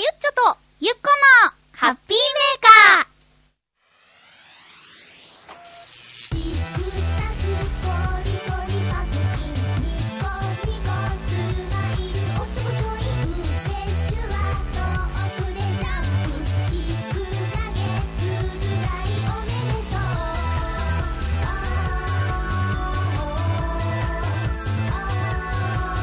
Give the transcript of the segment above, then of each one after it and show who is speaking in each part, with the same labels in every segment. Speaker 1: ゆっこのハッピーメーカー
Speaker 2: 「ちっさくコリコリパクキン」「ニコニコスマイル」「おちょこちょい腕シュワと遅れジャンプ」「ひくらげつぐらいおめでとう」「ああ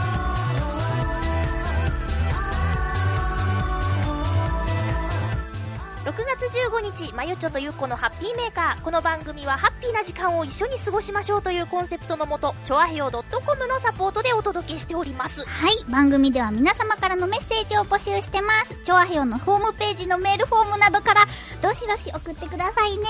Speaker 3: 6月15日、まゆちょとゆっこのハッピーメーカー。この番組はハッピーな時間を一緒に過ごしましょうというコンセプトのもと、ちょあへよ .com のサポートでお届けしております。
Speaker 1: はい、番組では皆様からのメッセージを募集してます。チョアヘヨのホームページのメールフォームなどから、どしどし送ってくださいね。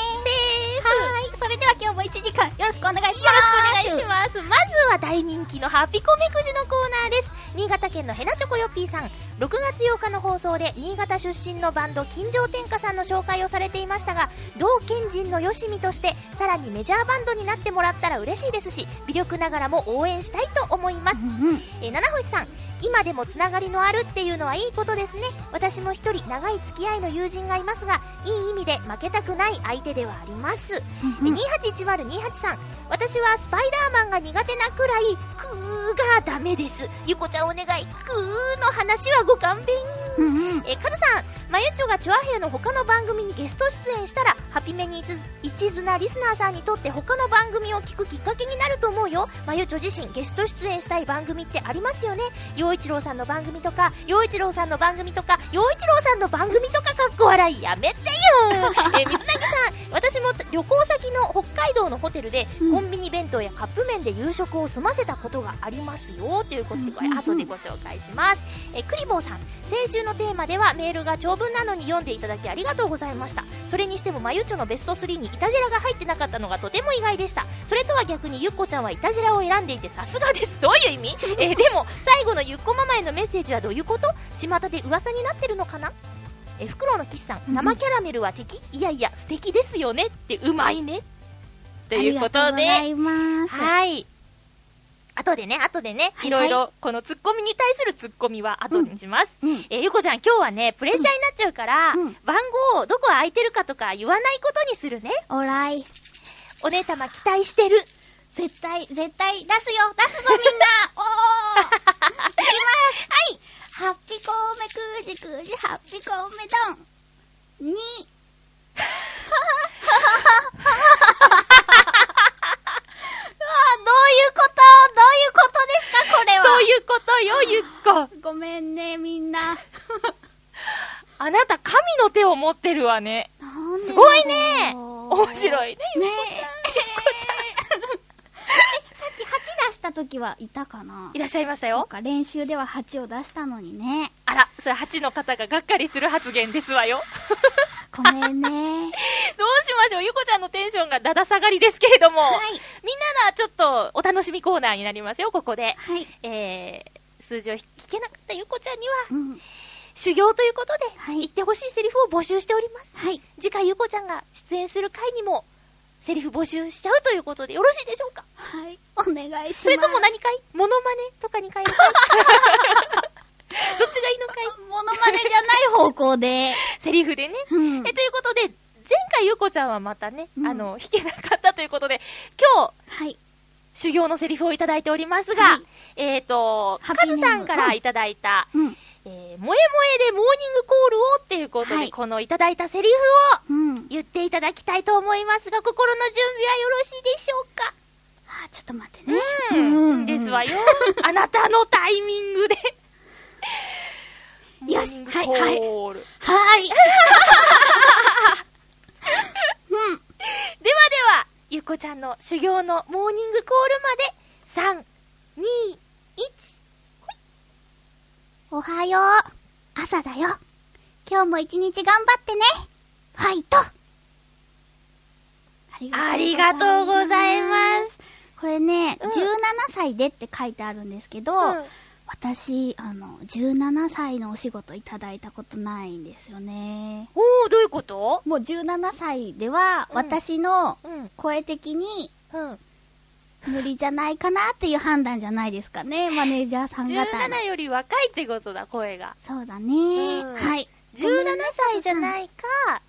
Speaker 3: えー
Speaker 1: はい、それでは今日も1時間よろしくお願いし
Speaker 3: よろ
Speaker 1: ます。
Speaker 3: しくお願いします。まずは大人気のハッピコメくじのコーナーです。新潟県のヘナチョコヨッピーさん。6月8日の放送で新潟出身のバンド金城天下さんの紹介をされていましたが、同県人のよしみとして、さらにメジャーバンドになってもらったら嬉しいですし、微力ながらも応援したいと思います。
Speaker 1: うんうん、
Speaker 3: えー七星さん今でもつながりのあるっていうのはいいことですね私も一人長い付き合いの友人がいますがいい意味で負けたくない相手ではあります、
Speaker 1: うんうん
Speaker 3: で281028さん私はスパイダーマンが苦手なくらいクーがダメですゆこちゃんお願いクーの話はご勘弁
Speaker 1: うんうん。
Speaker 3: えーカズさん、まゆっちょがチュアヘイの他の番組にゲスト出演したら、ハピメにいつ一途なリスナーさんにとって他の番組を聞くきっかけになると思うよ。まゆっちょ自身ゲスト出演したい番組ってありますよね。陽一郎さんの番組とか、陽一郎さんの番組とか、陽一郎さんの番組とかかっこ笑いやめ てよえー水谷さん、私も旅行先の北海道のホテルで、
Speaker 1: うん
Speaker 3: コンビニ弁当やカップ麺で夕食を済ませたことがありますよ。ということで、これ
Speaker 1: うんうんうん
Speaker 3: 後でご紹介します。えークリボーさん先週のテーマではメールが長文なのに読んでいただきありがとうございましたそれにしてもまゆちょのベスト3にイタジェラが入ってなかったのがとても意外でしたそれとは逆にゆっこちゃんはイタジェラを選んでいてさすがですどういう意味、え ーでも最後のゆっこママへのメッセージはどういうこと巷で噂になってるのかなえーフクロウの岸さ
Speaker 1: う
Speaker 3: ん
Speaker 1: ん
Speaker 3: 生キャラメルは敵いやいや素敵ですよねってうまいねというこ
Speaker 1: あ
Speaker 3: と
Speaker 1: りがとうご
Speaker 3: で
Speaker 1: ざいます。
Speaker 3: はい。後でね、後でね、
Speaker 1: はい
Speaker 3: い
Speaker 1: は
Speaker 3: ろ
Speaker 1: い
Speaker 3: いろ、このツッコミに対するツッコミは後にします。
Speaker 1: うんうん
Speaker 3: えーゆこちゃん、今日はね、プレッシャーになっちゃうから、
Speaker 1: うんうん
Speaker 3: 番号をどこ空いてるかとか言わないことにするね。
Speaker 1: おらい。
Speaker 3: お姉様期待してる。
Speaker 1: 絶対、絶対、出すよ出すぞみんなおーいきますはいハッピコーメくじくじハッピコーメドン !2! どういうことどういうことですかこれは
Speaker 3: そういうことよ、ゆっこ。
Speaker 1: ごめんね、みんな。
Speaker 3: あなた、神の手を持ってるわね。
Speaker 1: なんですだろう
Speaker 3: ごいね。面白
Speaker 1: ね
Speaker 3: いね。
Speaker 1: え。
Speaker 3: ちゃん
Speaker 1: えさっき8出した時はいたかない
Speaker 3: らっしゃいました
Speaker 1: そう
Speaker 3: よ。
Speaker 1: か、練習では8を出したのにね。
Speaker 3: あら、それ8の方ががっかりする発言ですわよ。
Speaker 1: ごめ ん
Speaker 3: ど
Speaker 1: ね。
Speaker 3: うしましょう、ゆこちゃんのテンションがだだ下がりですけれども、
Speaker 1: はい
Speaker 3: みんなのちょっとお楽しみコーナーになりますよ、ここで。
Speaker 1: はい。
Speaker 3: えー、数字を引けなかったゆこちゃんには、
Speaker 1: うん。
Speaker 3: 修行ということで、
Speaker 1: はい
Speaker 3: 言ってほしいセリフを募集しております。
Speaker 1: はい。
Speaker 3: 次回ゆこちゃんが出演する回にも、セリフ募集しちゃうということでよろしいでしょうか
Speaker 1: はい。お願いします。
Speaker 3: それとも何かいモノマネとかに 変えるかいどっちがいいのかい
Speaker 1: モノマネじゃない方 向で。
Speaker 3: セリフでね。
Speaker 1: うん。
Speaker 3: え、ということで、前回ゆこちゃんはまたね、
Speaker 1: うん
Speaker 3: あの、弾けなかったということで、今日、
Speaker 1: はい。
Speaker 3: 修行のセリフをいただいておりますが、
Speaker 1: はい
Speaker 3: えっ、と、
Speaker 1: ハ
Speaker 3: カ
Speaker 1: ッピー
Speaker 3: ズ
Speaker 1: ネーム
Speaker 3: さんからいただいた、
Speaker 1: うん。
Speaker 3: えー、萌え萌えでモーニングコールをっていうことで、
Speaker 1: はい
Speaker 3: このいただいたセリフを
Speaker 1: うん。
Speaker 3: 言っていただきたいと思いますが、心の準備はよろしいでしょうか
Speaker 1: あ、ちょっと待ってね。
Speaker 3: うん、ですわ。 よ。あなたのタイミングで。
Speaker 1: よ
Speaker 3: モーニ
Speaker 1: し
Speaker 3: ングコール
Speaker 1: はーい。うん。
Speaker 3: ではでは、ゆっこちゃんの修行のモーニングコールまで、3、2、1。
Speaker 1: おはよう。朝だよ。今日も一日頑張ってね。ファイト。
Speaker 3: ありがとうございます。
Speaker 1: これね、
Speaker 3: うん
Speaker 1: 17歳でって書いてあるんですけど、
Speaker 3: うん
Speaker 1: 私、あの、17歳のお仕事いただいたことないんですよね。
Speaker 3: おー、どういうこと
Speaker 1: もう17歳では、
Speaker 3: うん
Speaker 1: 私の
Speaker 3: うん、
Speaker 1: 声的に
Speaker 3: うん。
Speaker 1: 無理じゃないかなっていう判断じゃないですかね、マネージャーさん方の。
Speaker 3: 17より若いってことだ、声が。
Speaker 1: そうだね、
Speaker 3: うん
Speaker 1: はい。
Speaker 3: 17歳じゃないか、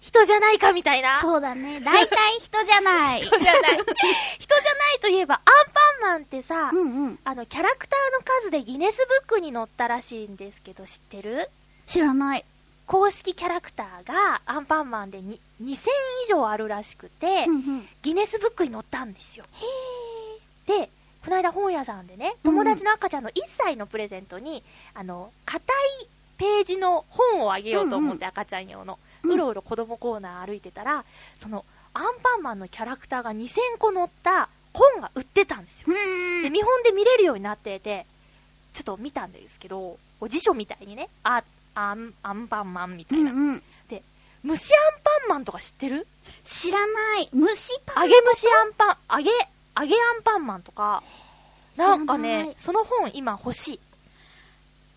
Speaker 3: 人じゃないかみたいな。
Speaker 1: そうだね。大体人じゃない。
Speaker 3: 人じゃない。人じゃないといえば、アンパンマンってさ、
Speaker 1: うんうん。
Speaker 3: あの、キャラクターの数でギネスブックに載ったらしいんですけど、知ってる
Speaker 1: 知らない。
Speaker 3: 公式キャラクターがアンパンマンでに2000以上あるらしくて、
Speaker 1: うんうん。
Speaker 3: ギネスブックに載ったんですよ。
Speaker 1: へえ。
Speaker 3: で、この間本屋さんでね、
Speaker 1: うん
Speaker 3: 友達の赤ちゃんの1歳のプレゼントに、あの、硬いページの本をあげようと思って、赤ちゃん用の。
Speaker 1: うん
Speaker 3: うろうろ子供コーナー歩いてたら、その、アンパンマンのキャラクターが2000個載った本が売ってたんですよ。
Speaker 1: う
Speaker 3: で、
Speaker 1: ーん。
Speaker 3: 見本で見れるようになってて、ちょっと見たんですけど、お辞書みたいにね、あ、アン、アンパンマンみた
Speaker 1: う
Speaker 3: いな。
Speaker 1: んうん。
Speaker 3: 虫アンパンマンとか知ってる
Speaker 1: 知らない。虫パ
Speaker 3: 揚
Speaker 1: ン。
Speaker 3: げ虫アンパン、揚げ、揚げアンパンマンとか、なんか
Speaker 1: 知らな
Speaker 3: ね
Speaker 1: い、
Speaker 3: その本今欲しい。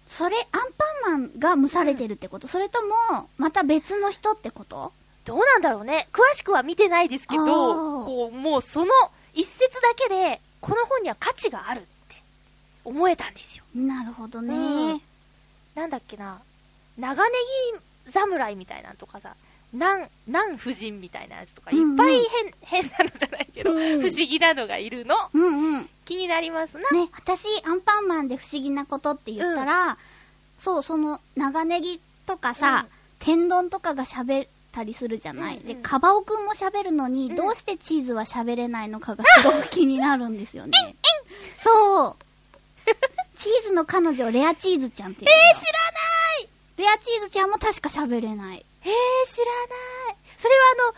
Speaker 1: それ、アンパンマンが蒸されてるってことそれとも、また別の人ってこと
Speaker 3: どうなんだろうね。詳しくは見てないですけど、
Speaker 1: あー
Speaker 3: こう、もうその一節だけで、この本には価値があるって思えたんですよ。
Speaker 1: なるほどね。
Speaker 3: うんなんだっけな、長ネギ侍みたいなんとかさ、なん、なん夫人みたいなやつとか、いっぱい変、変なのじゃないけど、
Speaker 1: うん
Speaker 3: 不思議なのがいるの。
Speaker 1: うんうん。
Speaker 3: 気になりますな。
Speaker 1: ね、私、アンパンマンで不思議なことって言ったら、そう、その、長ネギとかさ、
Speaker 3: うん
Speaker 1: 天丼とかが喋ったりするじゃな
Speaker 3: う
Speaker 1: い。
Speaker 3: んうん
Speaker 1: で、カバオくんも喋るのに、
Speaker 3: うん
Speaker 1: どうしてチーズは喋れないのかがすごく気になるんですよね。そう。 チーズの彼女をレアチーズちゃんって言うの。
Speaker 3: えー、知らない
Speaker 1: レアチーズちゃんも確か喋れない。
Speaker 3: えー、知らない。それはあの、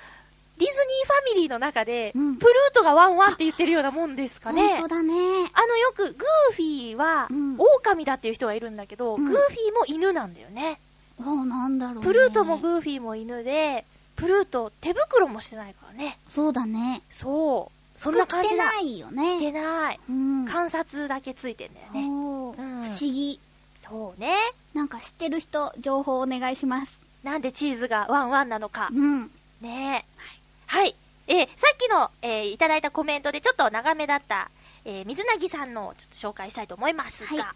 Speaker 3: ディズニーファミリーの中で、
Speaker 1: うん
Speaker 3: プルートがワンワンって言ってるようなもんですかね。
Speaker 1: 本当だね。
Speaker 3: あのよくグーフィーは
Speaker 1: うん
Speaker 3: 狼だっていう人がいるんだけど、
Speaker 1: うん
Speaker 3: グーフィーも犬なんだよね。
Speaker 1: おうなんだろう、ね。
Speaker 3: プルートもグーフィーも犬で、プルート手袋もしてないからね。
Speaker 1: そうだね。
Speaker 3: そう。そんな
Speaker 1: 服
Speaker 3: 感
Speaker 1: 着
Speaker 3: じ
Speaker 1: て
Speaker 3: だ。
Speaker 1: ないよね。
Speaker 3: 着てない。
Speaker 1: うん。
Speaker 3: 観察だけついてんだよね。
Speaker 1: おー
Speaker 3: うん
Speaker 1: 不思議。
Speaker 3: そうね。
Speaker 1: なんか知ってる人、情報お願いします。
Speaker 3: なんでチーズがワンワンなのか。
Speaker 1: うん。
Speaker 3: ねえ。はい。えーさっきの、えーいただいたコメントでちょっと長めだった、えー水なぎさんのをちょっと紹介したいと思いますが、
Speaker 1: は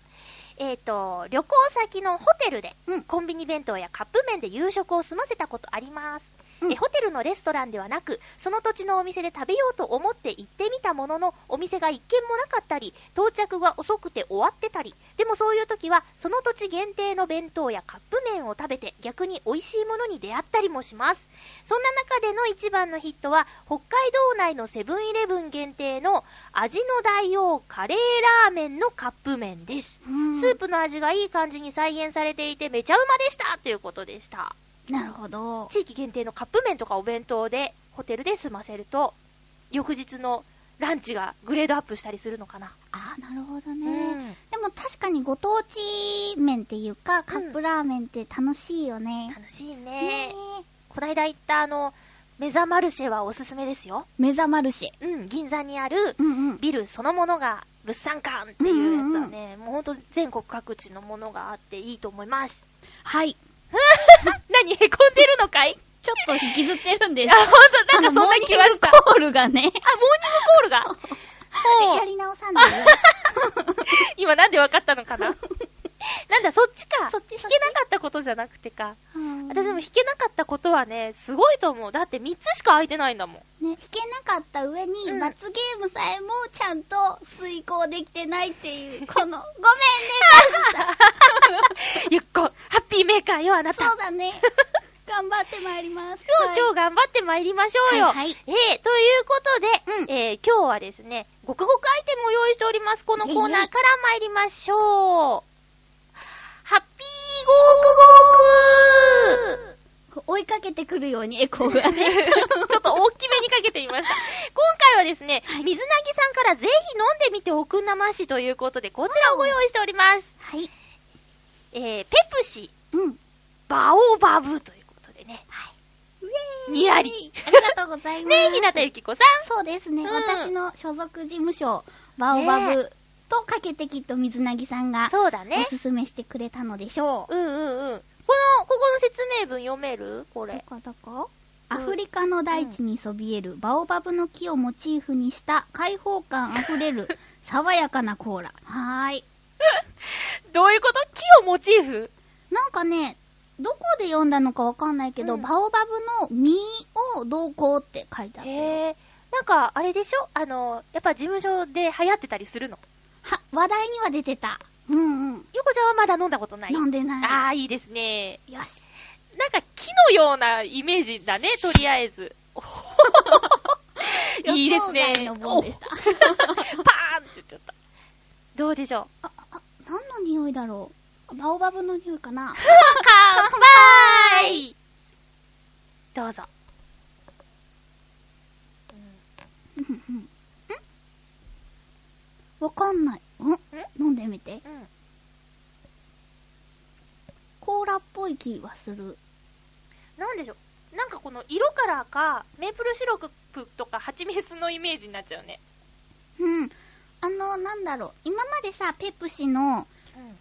Speaker 3: えっ、と、旅行先のホテルで、
Speaker 1: うん
Speaker 3: コンビニ弁当やカップ麺で夕食を済ませたことあります。
Speaker 1: うん
Speaker 3: えーホテルのレストランではなく、その土地のお店で食べようと思って行ってみたものの、お店が一軒もなかったり、到着が遅くて終わってたり、でもそういう時は、その土地限定の弁当やカップ麺を食べて、逆に美味しいものに出会ったりもします。そんな中での一番のヒットは、北海道内のセブンイレブン限定の味の大王カレーラーメンのカップ麺です。
Speaker 1: うん
Speaker 3: スープの味がいい感じに再現されていてめちゃうまでしたということでした。
Speaker 1: なるほど。
Speaker 3: 地域限定のカップ麺とかお弁当でホテルで済ませると、翌日のランチがグレードアップしたりするのかな。
Speaker 1: ああ、なるほど
Speaker 3: う
Speaker 1: ね。
Speaker 3: ん。
Speaker 1: でも確かにご当地麺っていうか、カップラーメンって楽しいよね。
Speaker 3: 楽しい
Speaker 1: ね
Speaker 3: ね
Speaker 1: え。。
Speaker 3: こないだ行ったあの、メザマルシェはおすすめですよ。
Speaker 1: 目覚まるし。
Speaker 3: うん、銀座にある
Speaker 1: うんうん。
Speaker 3: ビルそのものが物産館っていうやつはね、もうほんと全国各地のものがあっていいと思います。
Speaker 1: はい。
Speaker 3: 何へこんでるのかい
Speaker 1: ちょっと引きずってるんで
Speaker 3: あ、
Speaker 1: す。
Speaker 3: ほんと、なんかそんな気がした。
Speaker 1: あ
Speaker 3: あ、
Speaker 1: の
Speaker 3: モ
Speaker 1: モーニングコールが
Speaker 3: ー
Speaker 1: ね、
Speaker 3: ニングコールが。
Speaker 1: や
Speaker 3: ほう
Speaker 1: り直さ ないよ。
Speaker 3: 今なんでわかったのか ななんだ、そっちか。
Speaker 1: そっち
Speaker 3: 弾
Speaker 1: そっ
Speaker 3: け
Speaker 1: ち
Speaker 3: なかったことじゃなくてか。
Speaker 1: うん
Speaker 3: 私でも弾けなかったことはね、すごいと思う。だって3つしか空いてないんだも ん。
Speaker 1: ね、弾けなかった上に、
Speaker 3: うん
Speaker 1: 罰ゲームさえもちゃんと遂行できてないっていう、この、ごめんね、
Speaker 3: ゆっこ、ハッピーメーカーよ、あなた。
Speaker 1: そうだ ね。頑張ってまいります。
Speaker 3: 今
Speaker 1: は
Speaker 3: 日、
Speaker 1: い
Speaker 3: 今日頑張ってまいりましょうよ。
Speaker 1: はいはい
Speaker 3: えーということで、
Speaker 1: うん
Speaker 3: えー今日はですね、ごくごくアイテムを用意しております。このコーナーから参りましょう。ハッピーゴークゴー ク
Speaker 1: 追いかけてくるようにエコーがね。
Speaker 3: ちょっと大きめにかけてみました。今回はですね、水なぎさんからぜひ飲んでみておくんなましということで、こちらをご用意しております。
Speaker 1: はい。
Speaker 3: えー、ペプシ、
Speaker 1: うん。
Speaker 3: バオバブということでね、
Speaker 1: ウェーイ
Speaker 3: にやり。
Speaker 1: ありがとうございます。
Speaker 3: ねえ、ひなたゆきこさん。
Speaker 1: そうですね、
Speaker 3: うん
Speaker 1: 私の所属事務所、バオバ
Speaker 3: ね
Speaker 1: ブとかけてきっと水なぎさんが、
Speaker 3: そうだね
Speaker 1: お。すすめしてくれたのでしょう。
Speaker 3: うんうんうん。この、ここの説明文読めるこ
Speaker 1: ど
Speaker 3: れ。
Speaker 1: こどこ
Speaker 3: うん
Speaker 1: アフリカの大地にそびえるバオバブの木をモチーフにした開放感あふれ る爽やかなコーラ。はーい。
Speaker 3: どういうこと木をモチーフ
Speaker 1: なんかね、どこで読んだのかわかんないけど、
Speaker 3: うん
Speaker 1: バオバブの実をどうこうって書いてある。
Speaker 3: へえ。なんか、あれでしょあの、やっぱ事務所で流行ってたりするの。
Speaker 1: は、話題には出てた。うんうん。
Speaker 3: ゆこちゃんはまだ飲んだことない。
Speaker 1: 飲んでない。
Speaker 3: ああ、いいですね。
Speaker 1: よし。
Speaker 3: なんか木のようなイメージだね、とりあえ ず。いいですね
Speaker 1: 予想外の棒でし た。
Speaker 3: パーンって言っちゃった。どうでしょう
Speaker 1: あ、あ、何の匂いだろう。バオバブの匂いかな。
Speaker 3: 乾杯どうぞ。
Speaker 1: うんうんんわかんない。ん飲んでみて。
Speaker 3: うん。
Speaker 1: コーラっぽい気はする。
Speaker 3: なんでしょうなんかこの色からか、メープルシロップとか蜂蜜のイメージになっちゃうね。
Speaker 1: うん。あの、なんだろう。今までさ、ペプシの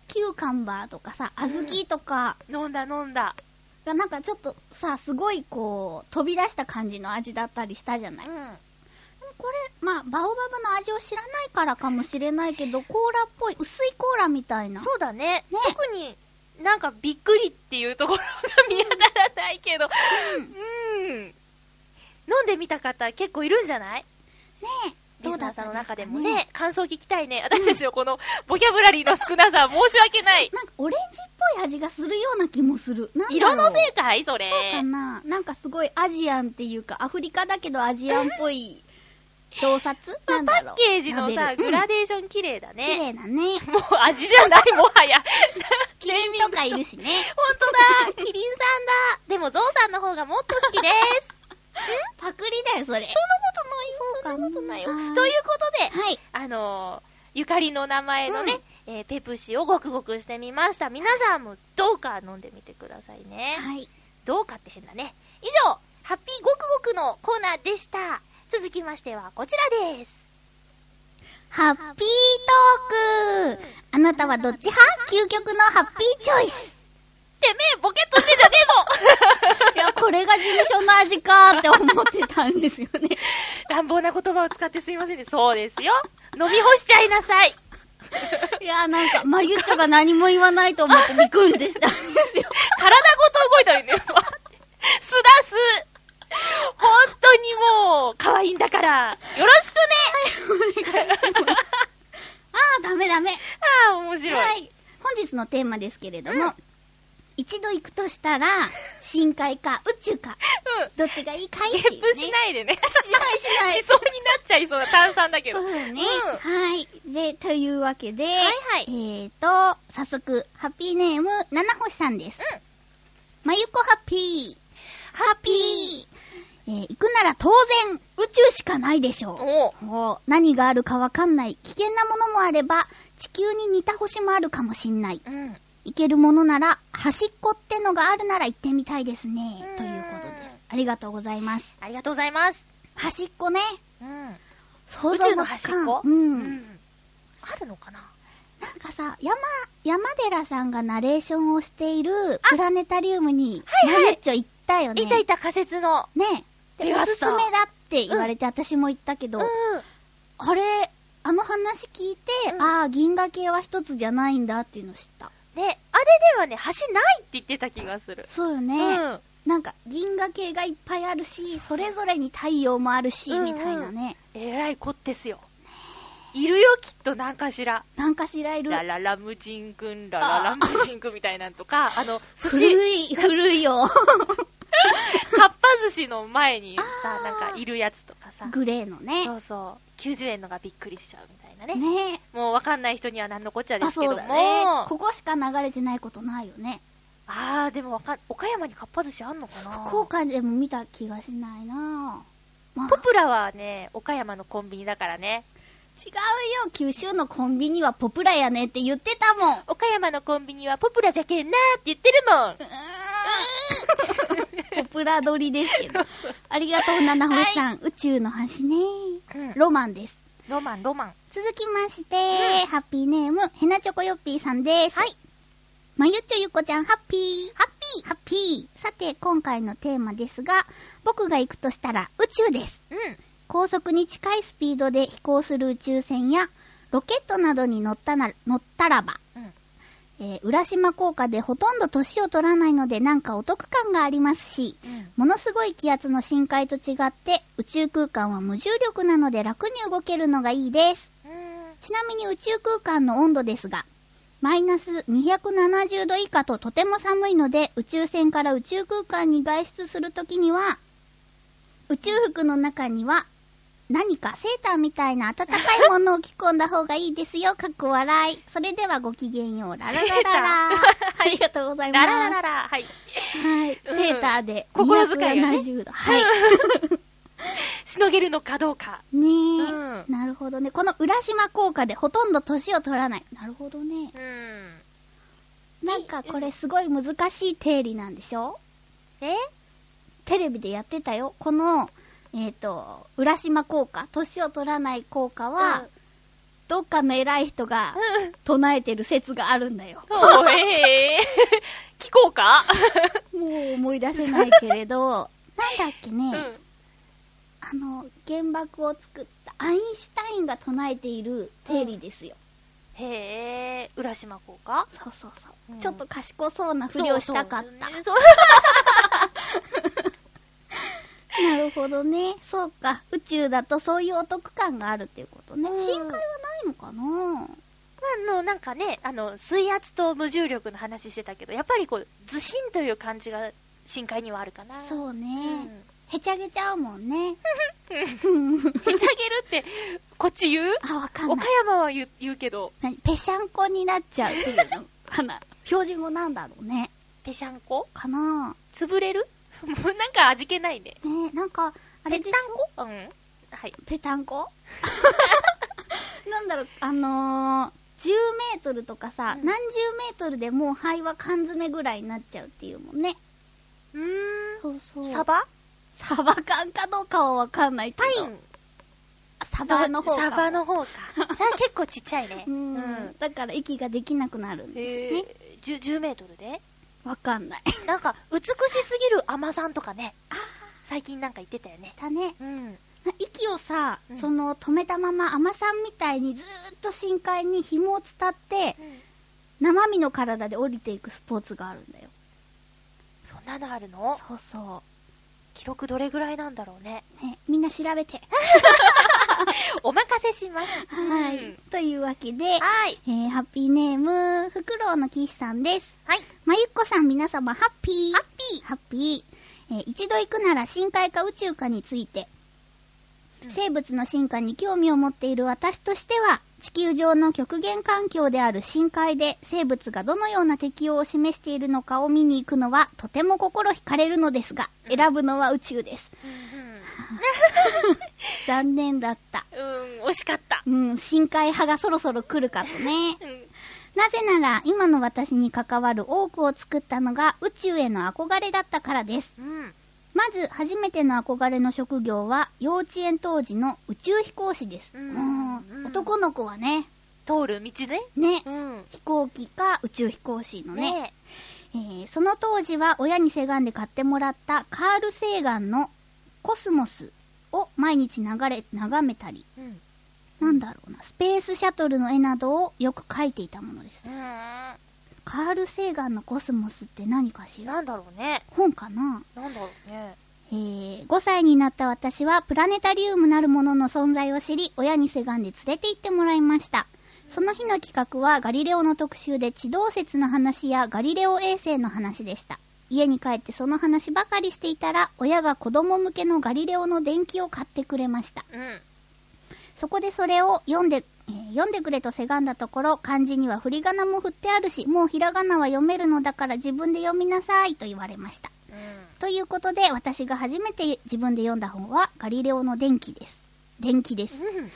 Speaker 1: キューカンバーとかさ、小豆とか
Speaker 3: 飲んだ飲んだ。
Speaker 1: がなんかちょっとさ、すごいこう、飛び出した感じの味だったりしたじゃない。でも
Speaker 3: ん。
Speaker 1: これ、まあ、バオバブの味を知らないからかもしれないけど、コーラっぽい、薄いコーラみたいな。
Speaker 3: そうだね。
Speaker 1: ね
Speaker 3: 特になんかびっくりっていうところが見当たらないけど、うん。飲んでみた方結構いるんじゃない
Speaker 1: ねえ。
Speaker 3: リ
Speaker 1: ど
Speaker 3: ス
Speaker 1: うだ
Speaker 3: ナ
Speaker 1: っ
Speaker 3: ーさ
Speaker 1: た
Speaker 3: ん
Speaker 1: で
Speaker 3: の
Speaker 1: すか
Speaker 3: 中でもね、感想聞きたいね。私たちのこのボキャブラリーの少なさ、申し訳ない。
Speaker 1: なんかオレンジっぽい味がするような気もする。なんだろう
Speaker 3: 色のせいかいそれ。
Speaker 1: かななんかすごいアジアンっていうか、アフリカだけどアジアンっぽい 表札なん
Speaker 3: パ
Speaker 1: だろう。
Speaker 3: ッケージのさ、
Speaker 1: ラベル
Speaker 3: グラデーション綺麗だ
Speaker 1: うん綺
Speaker 3: ね。
Speaker 1: 麗だね。
Speaker 3: もう味じゃない、もはや。
Speaker 1: キリンとかいるしね。
Speaker 3: ほんとだ、キリンさんだ。でもゾウさんの方がもっと好き です。
Speaker 1: パクリだよ、そ
Speaker 3: そん
Speaker 1: れ。
Speaker 3: なことないよ。
Speaker 1: そ
Speaker 3: そ
Speaker 1: うんか
Speaker 3: なことない
Speaker 1: な
Speaker 3: よ。ということで、
Speaker 1: はい。
Speaker 3: あのー、ゆかりの名前のね、えーペプシをごくごくしてみました。皆さんもどうか飲んでみてくださいね。
Speaker 1: はい。
Speaker 3: どうかって変だね。以上、ハッピーごくごくのコーナーでした。続きましてはこちらです。
Speaker 1: ハッピートークあなたはどっち派究極のハッピーチョイス
Speaker 3: てめえ、ボケっとしてんじゃねえぞ
Speaker 1: いや、これが事務所の味かーって思ってたんですよ ね。
Speaker 3: 乱暴な言葉を使ってすいませんね。そうですよ。飲み干しちゃいなさい。
Speaker 1: いや、なんか、まゆっちょが何も言わないと思ってビクンでしたんですよ。
Speaker 3: 体ごと動いた らいいんだよ。すだす。本当にもう、可愛いんだから。よろしくね、
Speaker 1: あー、ダメダメ。
Speaker 3: ああ、面白い。
Speaker 1: はい。本日のテーマですけれども、一度行くとしたら、深海か宇宙か、
Speaker 3: うん。
Speaker 1: どっちがいいかい
Speaker 3: ゲ
Speaker 1: ってい
Speaker 3: ッ
Speaker 1: う、ね。
Speaker 3: プしないでね。し
Speaker 1: ないしない
Speaker 3: そうになっちゃいそうな炭酸だけど。
Speaker 1: そうだよね、
Speaker 3: うん
Speaker 1: はい。で、というわけで、はい
Speaker 3: はい
Speaker 1: えーと、早速、ハッピーネーム、七星さんです。
Speaker 3: うん
Speaker 1: まゆこハッピー。ハッピー。えー行くなら当然、宇宙しかないでしょう。
Speaker 3: おう
Speaker 1: ほう何があるかわかんない。危険なものもあれば、地球に似た星もあるかもしんない。
Speaker 3: うん。
Speaker 1: 行けるものなら、端っこってのがあるなら行ってみたいですね
Speaker 3: う。ん
Speaker 1: ということです。ありがとうございます。
Speaker 3: ありがとうございます。
Speaker 1: 端っこね。
Speaker 3: うん。
Speaker 1: 想
Speaker 3: 宇
Speaker 1: 像
Speaker 3: 宙
Speaker 1: も
Speaker 3: の
Speaker 1: つ
Speaker 3: 端っ
Speaker 1: かん。
Speaker 3: こ
Speaker 1: うん。なん
Speaker 3: あるのかな
Speaker 1: かさ、山、山寺さんがナレーションをしているプラネタリウムに、
Speaker 3: はいはい
Speaker 1: マユッチョ行ったよね。
Speaker 3: いたいた仮説の。
Speaker 1: ねえ。で、
Speaker 3: 出
Speaker 1: お
Speaker 3: ま
Speaker 1: す
Speaker 3: し
Speaker 1: す
Speaker 3: た
Speaker 1: めだって言われて、私も行ったけど、
Speaker 3: うん。
Speaker 1: あれ、あの話聞いて、
Speaker 3: うん
Speaker 1: ああ、銀河系は一つじゃないんだっていうの知った。
Speaker 3: ね、あれではね、橋ないって言ってた気がする。
Speaker 1: そうよね。
Speaker 3: うん。
Speaker 1: なんか、銀河系がいっぱいあるし、それぞれに太陽もあるし、
Speaker 3: うんうん
Speaker 1: みたいなね。
Speaker 3: えらい子ですよ。いるよ、きっと、なんかしら。
Speaker 1: なんかしらいる。
Speaker 3: ラララムジンくん、ラララムジンくんみたいなんと か、あの、寿司、
Speaker 1: 古い、古いよ。
Speaker 3: かっぱ寿司の前にさ、なんかいるやつとかさ、
Speaker 1: グレーのね。
Speaker 3: そうそう、90円のがびっくりしちゃうみたいなね。
Speaker 1: ねえ。
Speaker 3: もうわかんない人には何のこっちゃで
Speaker 1: あ、
Speaker 3: すけ
Speaker 1: そ
Speaker 3: ど
Speaker 1: う
Speaker 3: も、
Speaker 1: だね。ここしか流れてないことないよね。
Speaker 3: あー、でもわかん、岡山にかっぱ寿司あんのかな
Speaker 1: 福岡でも見た気がしないなまあ、
Speaker 3: ポプラはね、岡山のコンビニだからね、
Speaker 1: 違うよ。九州のコンビニはポプラやねって言ってたもん。う
Speaker 3: 岡山のコンビニはポプラじゃけんなーって言ってるもん。
Speaker 1: ーん ポプラ撮りです けど。ありがとう、七星さん。宇宙の端ね。
Speaker 3: うん
Speaker 1: ロマンです。
Speaker 3: ロマン、ロマン。
Speaker 1: 続きまして、ハッピーネーム、ヘナチョコヨッピーさんです。はい。まゆっちょゆこちゃん、ハッピー。ハッピー。ハッピー。さて、今回のテーマですが、僕が行くとしたら宇宙です。
Speaker 3: うん。
Speaker 1: 高速に近いスピードで飛行する宇宙船や、ロケットなどに乗ったな、乗ったらば、
Speaker 3: うん
Speaker 1: えー浦島効果でほとんど年を取らないのでなんかお得感がありますし、ものすごい気圧の深海と違って宇宙空間は無重力なので楽に動けるのがいいです。
Speaker 3: う
Speaker 1: ちなみに宇宙空間の温度ですが、マイナス270度以下ととても寒いので、宇宙船から宇宙空間に外出するときには、宇宙服の中には、何かセーターみたいな暖かいものを着込んだ方がいいですよ、かっこ笑い。それではごきげんよう、ラララララ。ありがとうござい
Speaker 3: ん。
Speaker 1: ます。
Speaker 3: ラララララ、はい。
Speaker 1: はい、
Speaker 3: うん
Speaker 1: セーターで
Speaker 3: 心遣いがね
Speaker 1: 270 度。はい。
Speaker 3: しのげるのかどうか。う
Speaker 1: ねえ、
Speaker 3: ん。
Speaker 1: なるほどね。この浦島効果でほとんど年を取らない。なるほどね。
Speaker 3: うん。
Speaker 1: なんかこれすごい難しい定理なんでしょ
Speaker 3: え
Speaker 1: テレビでやってたよ。この、えっ、と、浦島効果、年を取らない効果は、どっかの偉い人が
Speaker 3: うん。
Speaker 1: 唱えてる説があるん だよ。
Speaker 3: おえー聞こうか
Speaker 1: もう思い出せないけ れど、なんだっけ
Speaker 3: う
Speaker 1: ね、
Speaker 3: ん。
Speaker 1: あの、原爆を作ったアインシュタインが唱えている定理ですよ。
Speaker 3: へえ、浦島効果
Speaker 1: そうそうそう、
Speaker 3: うん
Speaker 1: ちょっと賢そうなふりをしたかった。
Speaker 3: そうそう
Speaker 1: なるほどね。そうか。宇宙だとそういうお得感があるっていうことね。
Speaker 3: うん
Speaker 1: 深海はないのかな
Speaker 3: まあ、あの、なんかね、あの、水圧と無重力の話してたけど、やっぱりこう、ずしんという感じが深海にはあるかな。う
Speaker 1: そうね、
Speaker 3: ん。
Speaker 1: へちゃげちゃうもん ね。
Speaker 3: へちゃげるって、こっち言う
Speaker 1: あ、わかん
Speaker 3: 岡
Speaker 1: ない。
Speaker 3: 山は言う言うけど、
Speaker 1: 何ぺしゃんこになっちゃうっていうのかな。標準語なんだろうね。
Speaker 3: ぺしゃんこ
Speaker 1: かな
Speaker 3: 潰れる もうなんか味気ないね。
Speaker 1: ねなんか、あれでしょ
Speaker 3: うん。はい。
Speaker 1: ぺたんこ なんだろう、あのー、10メートルとかさ、
Speaker 3: うん
Speaker 1: 何十メートルでもう肺は缶詰ぐらいになっちゃうっていうもんね。
Speaker 3: うー
Speaker 1: そうそ
Speaker 3: ん。
Speaker 1: う。
Speaker 3: サバ
Speaker 1: サバ缶かどうかはわかんないけ
Speaker 3: パ
Speaker 1: ど。
Speaker 3: イン
Speaker 1: サバの方か。
Speaker 3: サバの 方か。さあ結構ちっちゃいね。
Speaker 1: うん。だから息ができなくなるん
Speaker 3: え
Speaker 1: ですね。
Speaker 3: ー、10, 10メートルで
Speaker 1: わかんない。
Speaker 3: なんか、美しすぎる海女さんとかね。最近なんか言ってたよね。
Speaker 1: だね。
Speaker 3: うん。
Speaker 1: 息をさ、
Speaker 3: うん
Speaker 1: その止めたまま甘さんみたいにずーっと深海に紐を伝って、生身の体で降りていくスポーツがあるんだよ。
Speaker 3: そんなのあるの
Speaker 1: そうそ
Speaker 3: 記録どれぐらいなんだろうね。
Speaker 1: う。ね、みんな調べて。
Speaker 3: お任せします。
Speaker 1: は
Speaker 3: う
Speaker 1: い
Speaker 3: ん。
Speaker 1: というわけで、
Speaker 3: はい。
Speaker 1: えー、ハッピーネーム、フクロウの騎士さんです。
Speaker 3: はい。
Speaker 1: まゆっこさん皆様ハッピー。
Speaker 3: ハッピー
Speaker 1: ハッピー。えー一度行くなら深海か宇宙かについて、
Speaker 3: うん
Speaker 1: 生物の進化に興味を持っている私としては、地球上の極限環境である深海で生物がどのような適応を示しているのかを見に行くのはとても心惹かれるのですが、
Speaker 3: うん
Speaker 1: 選ぶのは宇宙です。残念だった。
Speaker 3: うん、惜しかった。
Speaker 1: うん、深海派がそろそろ来るかとね。
Speaker 3: うん。
Speaker 1: なぜなら、今の私に関わる多くを作ったのが宇宙への憧れだったからです。
Speaker 3: うん。
Speaker 1: まず、初めての憧れの職業は、幼稚園当時の宇宙飛行士です。
Speaker 3: うん
Speaker 1: もう
Speaker 3: うん
Speaker 1: 男の子はね、
Speaker 3: 通る道ね。
Speaker 1: ね、
Speaker 3: うん。
Speaker 1: 飛行機か宇宙飛行士のね。
Speaker 3: ね
Speaker 1: えーその当時は親にせがんで買ってもらったカール・セーガンのコスモスを毎日流れ、眺めたり、
Speaker 3: え。うん。
Speaker 1: なんだろうな、スペースシャトルの絵などをよく描いていたものです。
Speaker 3: うん。
Speaker 1: カール・セーガンのコスモスって何かしら
Speaker 3: なんだろうね。
Speaker 1: 本かな
Speaker 3: なんだろうね。
Speaker 1: えー、5歳になった私はプラネタリウムなるものの存在を知り、親にせがんで連れて行ってもらいました。その日の企画はガリレオの特集で地動説の話やガリレオ衛星の話でした。家に帰ってその話ばかりしていたら、親が子供向けのガリレオの電気を買ってくれました。
Speaker 3: うん。
Speaker 1: そこでそれを読んで、えー読んでくれとせがんだところ、漢字には振り仮名も振ってあるし、もうひらがなは読めるのだから自分で読みなさいと言われました。
Speaker 3: うん。
Speaker 1: ということで、私が初めて自分で読んだ本は、ガリレオの電気です。電気です。
Speaker 3: うん。
Speaker 1: 従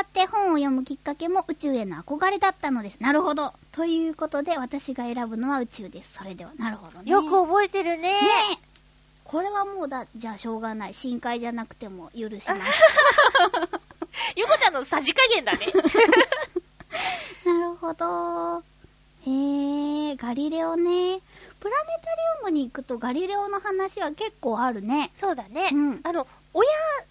Speaker 1: って本を読むきっかけも宇宙への憧れだったのです。なるほど。ということで、私が選ぶのは宇宙です。それでは、なるほどね。
Speaker 3: よく
Speaker 1: ね
Speaker 3: 覚えてるね。
Speaker 1: えこれはもうだ、じゃあしょうがない。深海じゃなくても許し ます。
Speaker 3: ゆこちゃんのさじ加減だね。
Speaker 1: なるほど。へえ、ガリレオね。プラネタリウムに行くとガリレオの話は結構あるね。
Speaker 3: そうだね。
Speaker 1: うん
Speaker 3: あの、親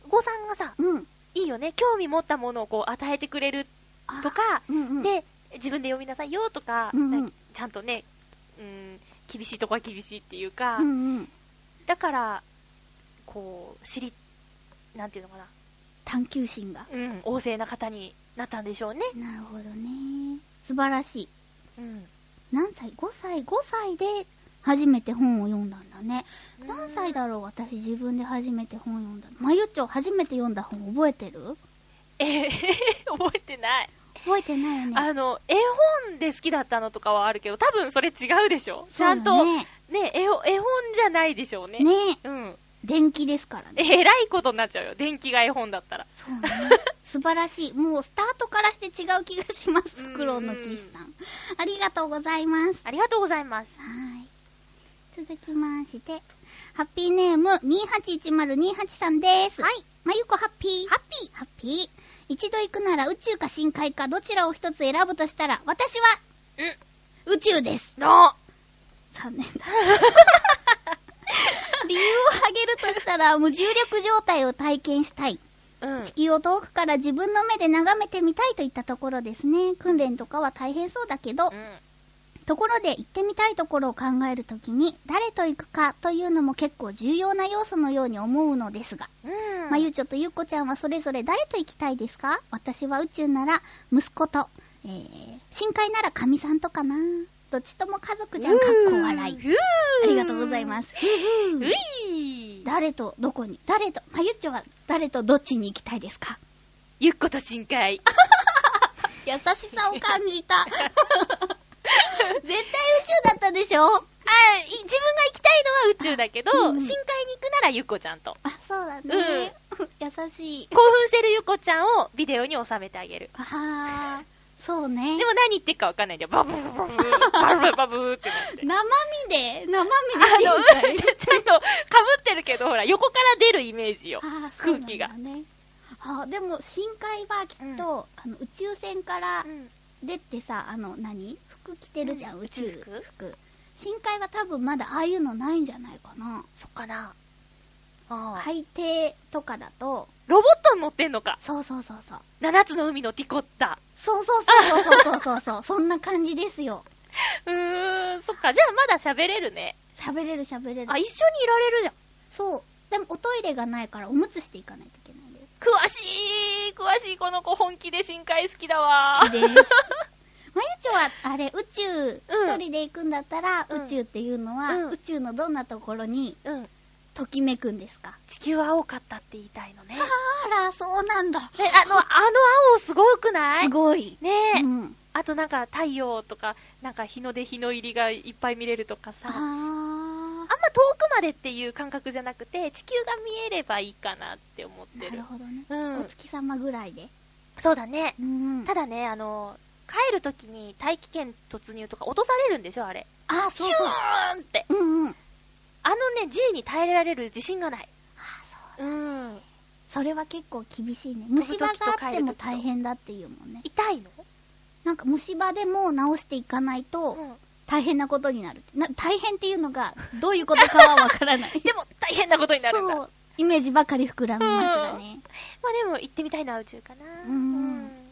Speaker 3: 御さんがさ、
Speaker 1: うん。
Speaker 3: いいよね、興味持ったものをこう与えてくれる
Speaker 1: あ
Speaker 3: とか、
Speaker 1: うんうん。
Speaker 3: で、自分で読みなさいよとか、
Speaker 1: うんうん
Speaker 3: なんかちゃんとね、うん、厳しいとこは厳しいっていうか、
Speaker 1: うんうん。
Speaker 3: だから、こう、知り、なんていうのかな、
Speaker 1: 探求心が。
Speaker 3: うん、旺盛な方になったんでしょうね。
Speaker 1: なるほどね。素晴らしい。
Speaker 3: うん。
Speaker 1: 何歳 ?5 歳 ?5 歳で初めて本を読んだんだね。何歳だろう私自分で初めて本読んだの。まゆっちょ初めて読んだ本覚えてる
Speaker 3: え ー覚えてない。
Speaker 1: 覚えてないよ ね。
Speaker 3: あの、絵本で好きだったのとかはあるけど、多分それ違うでしょち
Speaker 1: そう
Speaker 3: ゃ
Speaker 1: よ
Speaker 3: んと、ね
Speaker 1: ね
Speaker 3: 絵を、絵本じゃないでしょうね。
Speaker 1: ね
Speaker 3: うん。
Speaker 1: 電気ですから
Speaker 3: え
Speaker 1: ね。
Speaker 3: えらいことになっちゃうよ。電気が絵本だったら。
Speaker 1: そうね。素晴らしい。もうスタートからして違う気がします。
Speaker 3: うん
Speaker 1: 黒の騎士さん。ありがとうございます。
Speaker 3: ありがとうございます。
Speaker 1: はい。続きまして、ハッピーネーム281028さんです。はい。まゆこハッピー。ハッピー。ハッピー。一度行くなら宇宙か深海かどちらを一つ選ぶとしたら、私は
Speaker 3: うん。
Speaker 1: 宇宙です。
Speaker 3: の
Speaker 1: 残念だ。 理由を挙げるとしたら、無重力状態を体験したい。
Speaker 3: うん
Speaker 1: 地。球を遠くから自分の目で眺めてみたいといったところですね。訓練とかは大変そうだけど、ところで行ってみたいところを考えるときに、誰と行くかというのも結構重要な要素のように思うのですが、
Speaker 3: うん。
Speaker 1: まゆちょとゆっこちゃんはそれぞれ誰と行きたいですか私は宇宙なら息子と、えー、深海なら神さんとかな。どっちとも家族じゃん、かっこ笑い。
Speaker 3: ふう。
Speaker 1: ありがとうございますす。ふうふ
Speaker 3: う
Speaker 1: う
Speaker 3: い
Speaker 1: 誰とどこに、誰と、まゆっちょは誰とどっちに行きたいですか
Speaker 3: ゆっこと深海。
Speaker 1: 優しさを感じた。 絶対宇宙だったでし
Speaker 3: あい自
Speaker 1: ょ
Speaker 3: 分が行きたいのは宇宙だけど、
Speaker 1: うんうん
Speaker 3: 深海に行くならゆっこちゃんと。
Speaker 1: あ、そうだね。優しい。
Speaker 3: 興奮してるゆっこちゃんをビデオに収めてあげる。
Speaker 1: ああ、そうね。
Speaker 3: でも何言ってるかわかんないんだよ。バブーバブーバブーバブーってなって。
Speaker 1: 生身で、生身で
Speaker 3: あの、
Speaker 1: 人
Speaker 3: うん
Speaker 1: 体
Speaker 3: ちゃんと被ってるけど、ほら、横から出るイメージよ。
Speaker 1: あーそ
Speaker 3: 空
Speaker 1: うなんだ
Speaker 3: 気が。
Speaker 1: ね。あーでも、深海はきっと、あの宇宙船から出てさ、あの、何服着てるじゃ
Speaker 3: う
Speaker 1: ん、
Speaker 3: ん
Speaker 1: 宇宙
Speaker 3: 宇宙服
Speaker 1: 服。深海は多分まだああいうのないんじゃないかな。
Speaker 3: そっかな。ああ
Speaker 1: 海底とかだと、
Speaker 3: ロボットに乗ってんのか。
Speaker 1: そうそうそうそう。
Speaker 3: 七つの海のティコッタ。
Speaker 1: そうそうそうそうそうそうそう。そんな感じですよ。
Speaker 3: うーん、そっか。じゃあまだ喋れるね。
Speaker 1: 喋れる喋れる
Speaker 3: あ、。一緒にいられるじゃん。
Speaker 1: そう。でもおトイレがないからおむつしていかないといけないで
Speaker 3: 詳
Speaker 1: す。
Speaker 3: しい詳しいこの子本気で深海好きだわ
Speaker 1: 好き です。まゆちょは、あれ、宇宙、
Speaker 3: うん
Speaker 1: 一人で行くんだったら、
Speaker 3: うん
Speaker 1: 宇宙っていうのは、
Speaker 3: うん
Speaker 1: 宇宙のどんなところに、
Speaker 3: うん。
Speaker 1: ときめくんですか
Speaker 3: 地球は青かったって言いたいのね。
Speaker 1: あら、そうなんだ。
Speaker 3: であの、あの青すごくない
Speaker 1: すごい。
Speaker 3: ねえ、
Speaker 1: うん。
Speaker 3: あとなんか太陽とか、なんか日の出日の入りがいっぱい見れるとかさ、あんま
Speaker 1: あ
Speaker 3: 遠くまでっていう感覚じゃなくて、地球が見えればいいかなって思っ
Speaker 1: ー。な
Speaker 3: てる。
Speaker 1: るほどね。
Speaker 3: うん
Speaker 1: お月様ぐらいで。
Speaker 3: そうだね。
Speaker 1: うん
Speaker 3: ただね、あの、帰るときに大気圏突入とか落とされるんでしょ、あれ。
Speaker 1: あー、
Speaker 3: ヒ
Speaker 1: そ
Speaker 3: ュ
Speaker 1: うそう。
Speaker 3: ーンって。
Speaker 1: うんうん。あー、
Speaker 3: あのね、G に耐えられる自信がない。
Speaker 1: そう。
Speaker 3: うん。
Speaker 1: それは結構厳しいね。
Speaker 3: ぶ時
Speaker 1: 虫
Speaker 3: と
Speaker 1: 歯が
Speaker 3: 帰る時と
Speaker 1: あっても大変だっていうもんね。
Speaker 3: 痛いの
Speaker 1: なんか虫歯でも治していかないと、
Speaker 3: うん。
Speaker 1: 大変なことになる。な、大変っていうのが、どういうことかはわからない。
Speaker 3: でも大変なことになるんだ。
Speaker 1: そう、イメージばかり膨らみますがね。
Speaker 3: まあでも行ってみたいのは宇宙かな。
Speaker 1: うん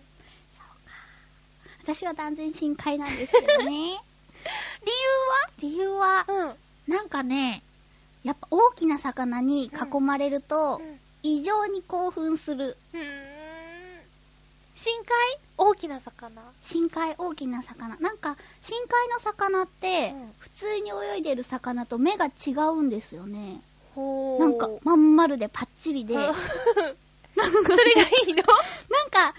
Speaker 1: 私は断然深海なんですけど
Speaker 3: 理
Speaker 1: ね。理由は、
Speaker 3: 由は
Speaker 1: なんかね、やっぱ大きな魚に囲まれると
Speaker 3: うん。、うん。
Speaker 1: 異常に興奮する。
Speaker 3: うーん。深海大きな魚。
Speaker 1: 深海大きな魚。なんか、深海の魚って
Speaker 3: うん、
Speaker 1: 普通に泳いでる魚と目が違うんですよね。
Speaker 3: ほ
Speaker 1: なんか、まん丸でパッチリで、
Speaker 3: で、
Speaker 1: なん
Speaker 3: それがいい の
Speaker 1: か、なんか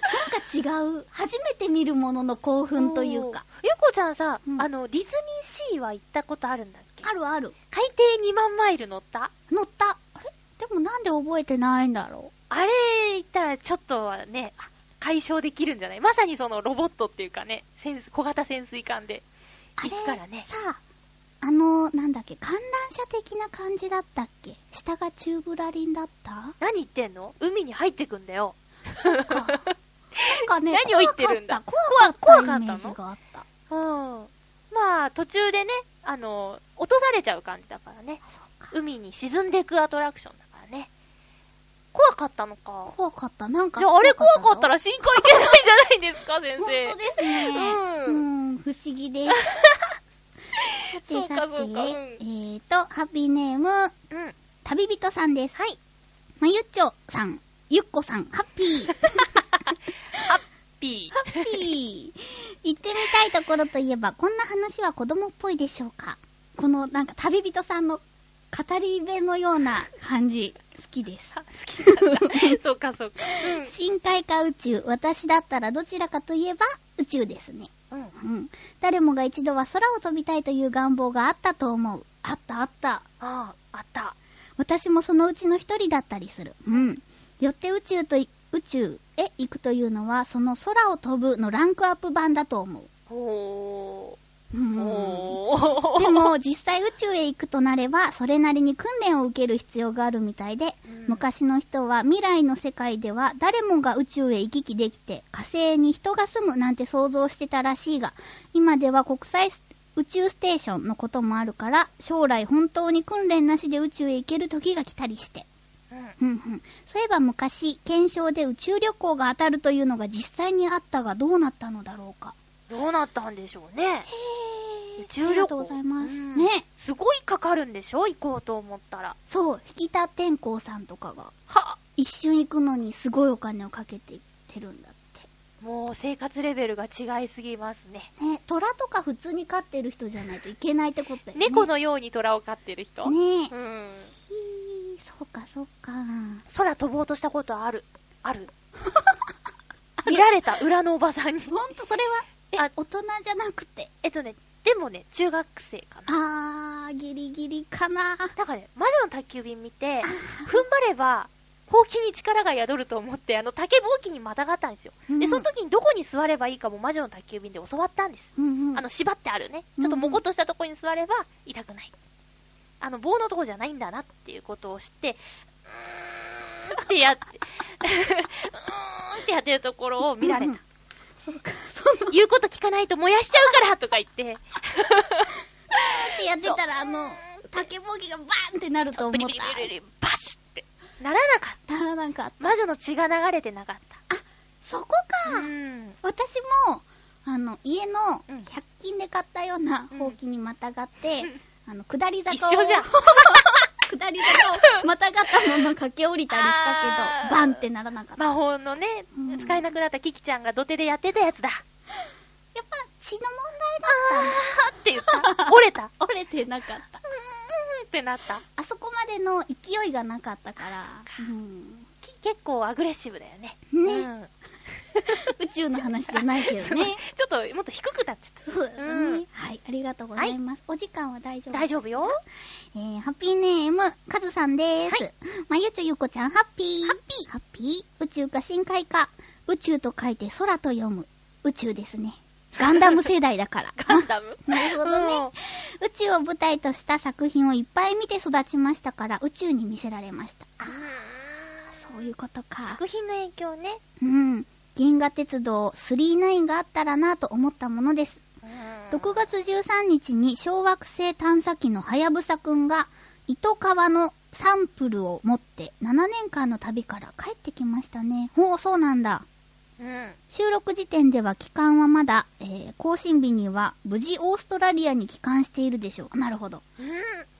Speaker 1: 違う。初めて見るものの興奮というか。。
Speaker 3: ゆこちゃんさ、
Speaker 1: うん
Speaker 3: あの、ディズニーシーは行ったことあるんだっけ
Speaker 1: あるある。
Speaker 3: 海底2万マイル乗った
Speaker 1: 乗った。あれでもなんで覚えてないんだろ
Speaker 3: あれ行ったらちょっとはね、解消できるんじゃないまさにそのロボットっていうかね、潜水小型潜水艦で
Speaker 1: う。あ
Speaker 3: 行
Speaker 1: れ
Speaker 3: くからね。
Speaker 1: さあ、あの、なんだっけ、観覧車的な感じだったっけ下がチューブラリンだった
Speaker 3: 何言ってんの海に入ってくんだよ。
Speaker 1: なんかなんかね、
Speaker 3: 何を言ってるんだ
Speaker 1: 怖かった、怖
Speaker 3: 怖
Speaker 1: か
Speaker 3: 怖か
Speaker 1: っ
Speaker 3: ったた
Speaker 1: イメ
Speaker 3: の
Speaker 1: ージがあった。
Speaker 3: うん。まあ、途中でね、あの、落とされちゃう感じだからね。
Speaker 1: そうか。
Speaker 3: 海に沈んでいくアトラクションだからね。怖かったのか。
Speaker 1: 怖かった、なんか
Speaker 3: じゃあ、あれ怖かった
Speaker 1: ら
Speaker 3: ら深海行けないんじゃないんですか、先
Speaker 1: 本
Speaker 3: 生。
Speaker 1: 当ですね。
Speaker 3: う
Speaker 1: うんん、不思議です。さてさて、
Speaker 3: そうかそうかうん
Speaker 1: えーと、ハッピーネーム、
Speaker 3: うん。
Speaker 1: 旅人さんです。はい。まゆっちょさん、ゆっこさん、ハッピー。
Speaker 3: ハッピ
Speaker 1: ハッピー。 行ってみたいところといえば、こんな話は子供っぽいでしょうか。この、なんか旅人さんの語り部のような感じ、好きです。
Speaker 3: ー。 好きなんだ。そうかそうか。
Speaker 1: 深海か宇宙、私だったらどちらかといえば宇宙ですね。
Speaker 3: うん。うん。
Speaker 1: うん。誰もが一度は空を飛びたいという願望があったと思う。あったあった。
Speaker 3: ああ、あった。
Speaker 1: 私もそのうちの一人だったりする。うん。よって宇宙とい、宇宙へ行くというのは、その空を飛ぶのランクアップ版だと思う。
Speaker 3: お
Speaker 1: うん
Speaker 3: ー。おー。
Speaker 1: でも、実際宇宙へ行くとなれば、それなりに訓練を受ける必要があるみたいで、
Speaker 3: うん
Speaker 1: 昔の人は未来の世界では誰もが宇宙へ行き来できて、火星に人が住むなんて想像してたらしいが、今では国際ス宇宙ステーションのこともあるから、将来本当に訓練なしで宇宙へ行ける時が来たりして。
Speaker 3: うん
Speaker 1: うんうん、そういえば昔、検証で宇宙旅行が当たるというのが実際にあったがどうなったのだろうか。
Speaker 3: どうなったんでしょうね。
Speaker 1: へ
Speaker 3: 宇
Speaker 1: ー
Speaker 3: 宙旅行
Speaker 1: ありがとうございます。
Speaker 3: うん
Speaker 1: ね。
Speaker 3: すごいかかるんでしょ行こうと思ったら。
Speaker 1: そう、引田天功さんとかが、
Speaker 3: は
Speaker 1: 一瞬行くのにすごいお金をかけていってるんだっ
Speaker 3: もう生活レベルが違いすぎますね。
Speaker 1: て。ね、虎とか普通に飼ってる人じゃないといけないってことだよね。
Speaker 3: 猫のように虎を飼ってる人。
Speaker 1: ねえ
Speaker 3: う、ん。
Speaker 1: ひーそうかそうか。
Speaker 3: 空飛ぼうとしたことある。ある。 見られた裏のおばさ んに。
Speaker 1: ほんと、それは、え
Speaker 3: あ、
Speaker 1: 大人じゃなくて、
Speaker 3: えっとね、でもね、中学生かな。
Speaker 1: あー、ギリギリかな。
Speaker 3: なんかね、魔女の宅急便見て、踏ん張れば、ほうきに力が宿ると思って、あの竹ぼうきにまたがったんですよ。
Speaker 1: うんう
Speaker 3: で、
Speaker 1: ん
Speaker 3: その時にどこに座ればいいかも魔女の宅急便で教わったんです。
Speaker 1: うんうん。
Speaker 3: あの、縛ってあるね。ちょっともこっとしたとこに座れば痛くない。あの、棒のとこじゃないんだなっていうことを知って、うーんってやって、うーんってやってるところを見られ
Speaker 1: うんう
Speaker 3: た
Speaker 1: ん。そうか、そうなっ
Speaker 3: 言うこと聞かないと燃やしちゃうからとか言って、
Speaker 1: てやってたら、あの、竹ぼうきがバーンってなると
Speaker 3: ブリ
Speaker 1: 思っ
Speaker 3: ブリブリブリ、バシュって。ならなかった。
Speaker 1: た。ならなんか、
Speaker 3: 魔女の血が流れてなかっ
Speaker 1: そこ
Speaker 3: た。
Speaker 1: か。
Speaker 3: うん。
Speaker 1: 私もあの家の
Speaker 3: うん
Speaker 1: 100均で買ったようなほうきにまたがって、あの下り坂を
Speaker 3: 一緒じ ゃん
Speaker 1: 下り坂をまたがったまま駆け下りたりした
Speaker 3: あー
Speaker 1: けどバンってならなかった
Speaker 3: 魔法のね
Speaker 1: うん、
Speaker 3: 使えなくなったキキちゃんが土手でやってたやつだ。
Speaker 1: やっぱ血の問
Speaker 3: あ
Speaker 1: 題だ
Speaker 3: ー
Speaker 1: っ
Speaker 3: って言った。 折れた。う
Speaker 1: た折れてなかった
Speaker 3: ーんってなった。
Speaker 1: あそこまでの勢いがなかったから、うん
Speaker 3: き結構アグレッシブだよね。
Speaker 1: ね
Speaker 3: うん
Speaker 1: 宇宙の話じゃないけ
Speaker 3: す
Speaker 1: ど
Speaker 3: ごい
Speaker 1: ね
Speaker 3: ちょっともっと低くなっちゃっ
Speaker 1: そうだね
Speaker 3: うん
Speaker 1: はいありがとうございます、お時間は大丈
Speaker 3: た。
Speaker 1: 夫
Speaker 3: 大丈夫よ。。
Speaker 1: えー、ハッピーネーム、カズさんです。まゆちょゆこちゃん、ハッピー。ハッピー。ハッピー。宇宙か深海か。宇宙と書いて空と読む。宇宙ですね。ガンダム世代だから。
Speaker 3: ガン ダム
Speaker 1: なるほどね。宇宙を舞台とした作品をいっぱい見て育ちましたから、宇宙に見せられました。あ
Speaker 3: うん。
Speaker 1: そういうことか。
Speaker 3: 作品の影響ね。
Speaker 1: うん。銀河鉄道39があったらなと思ったものです。
Speaker 3: うん
Speaker 1: 6月13日に小惑星探査機のはやぶさくんが糸川のサンプルを持って7年間の旅から帰ってきましたね。ほう、そうなんだ。
Speaker 3: うん。
Speaker 1: 収録時点では帰還はまだ、えー更新日には無事オーストラリアに帰還しているでしょう。なるほど。
Speaker 3: うん。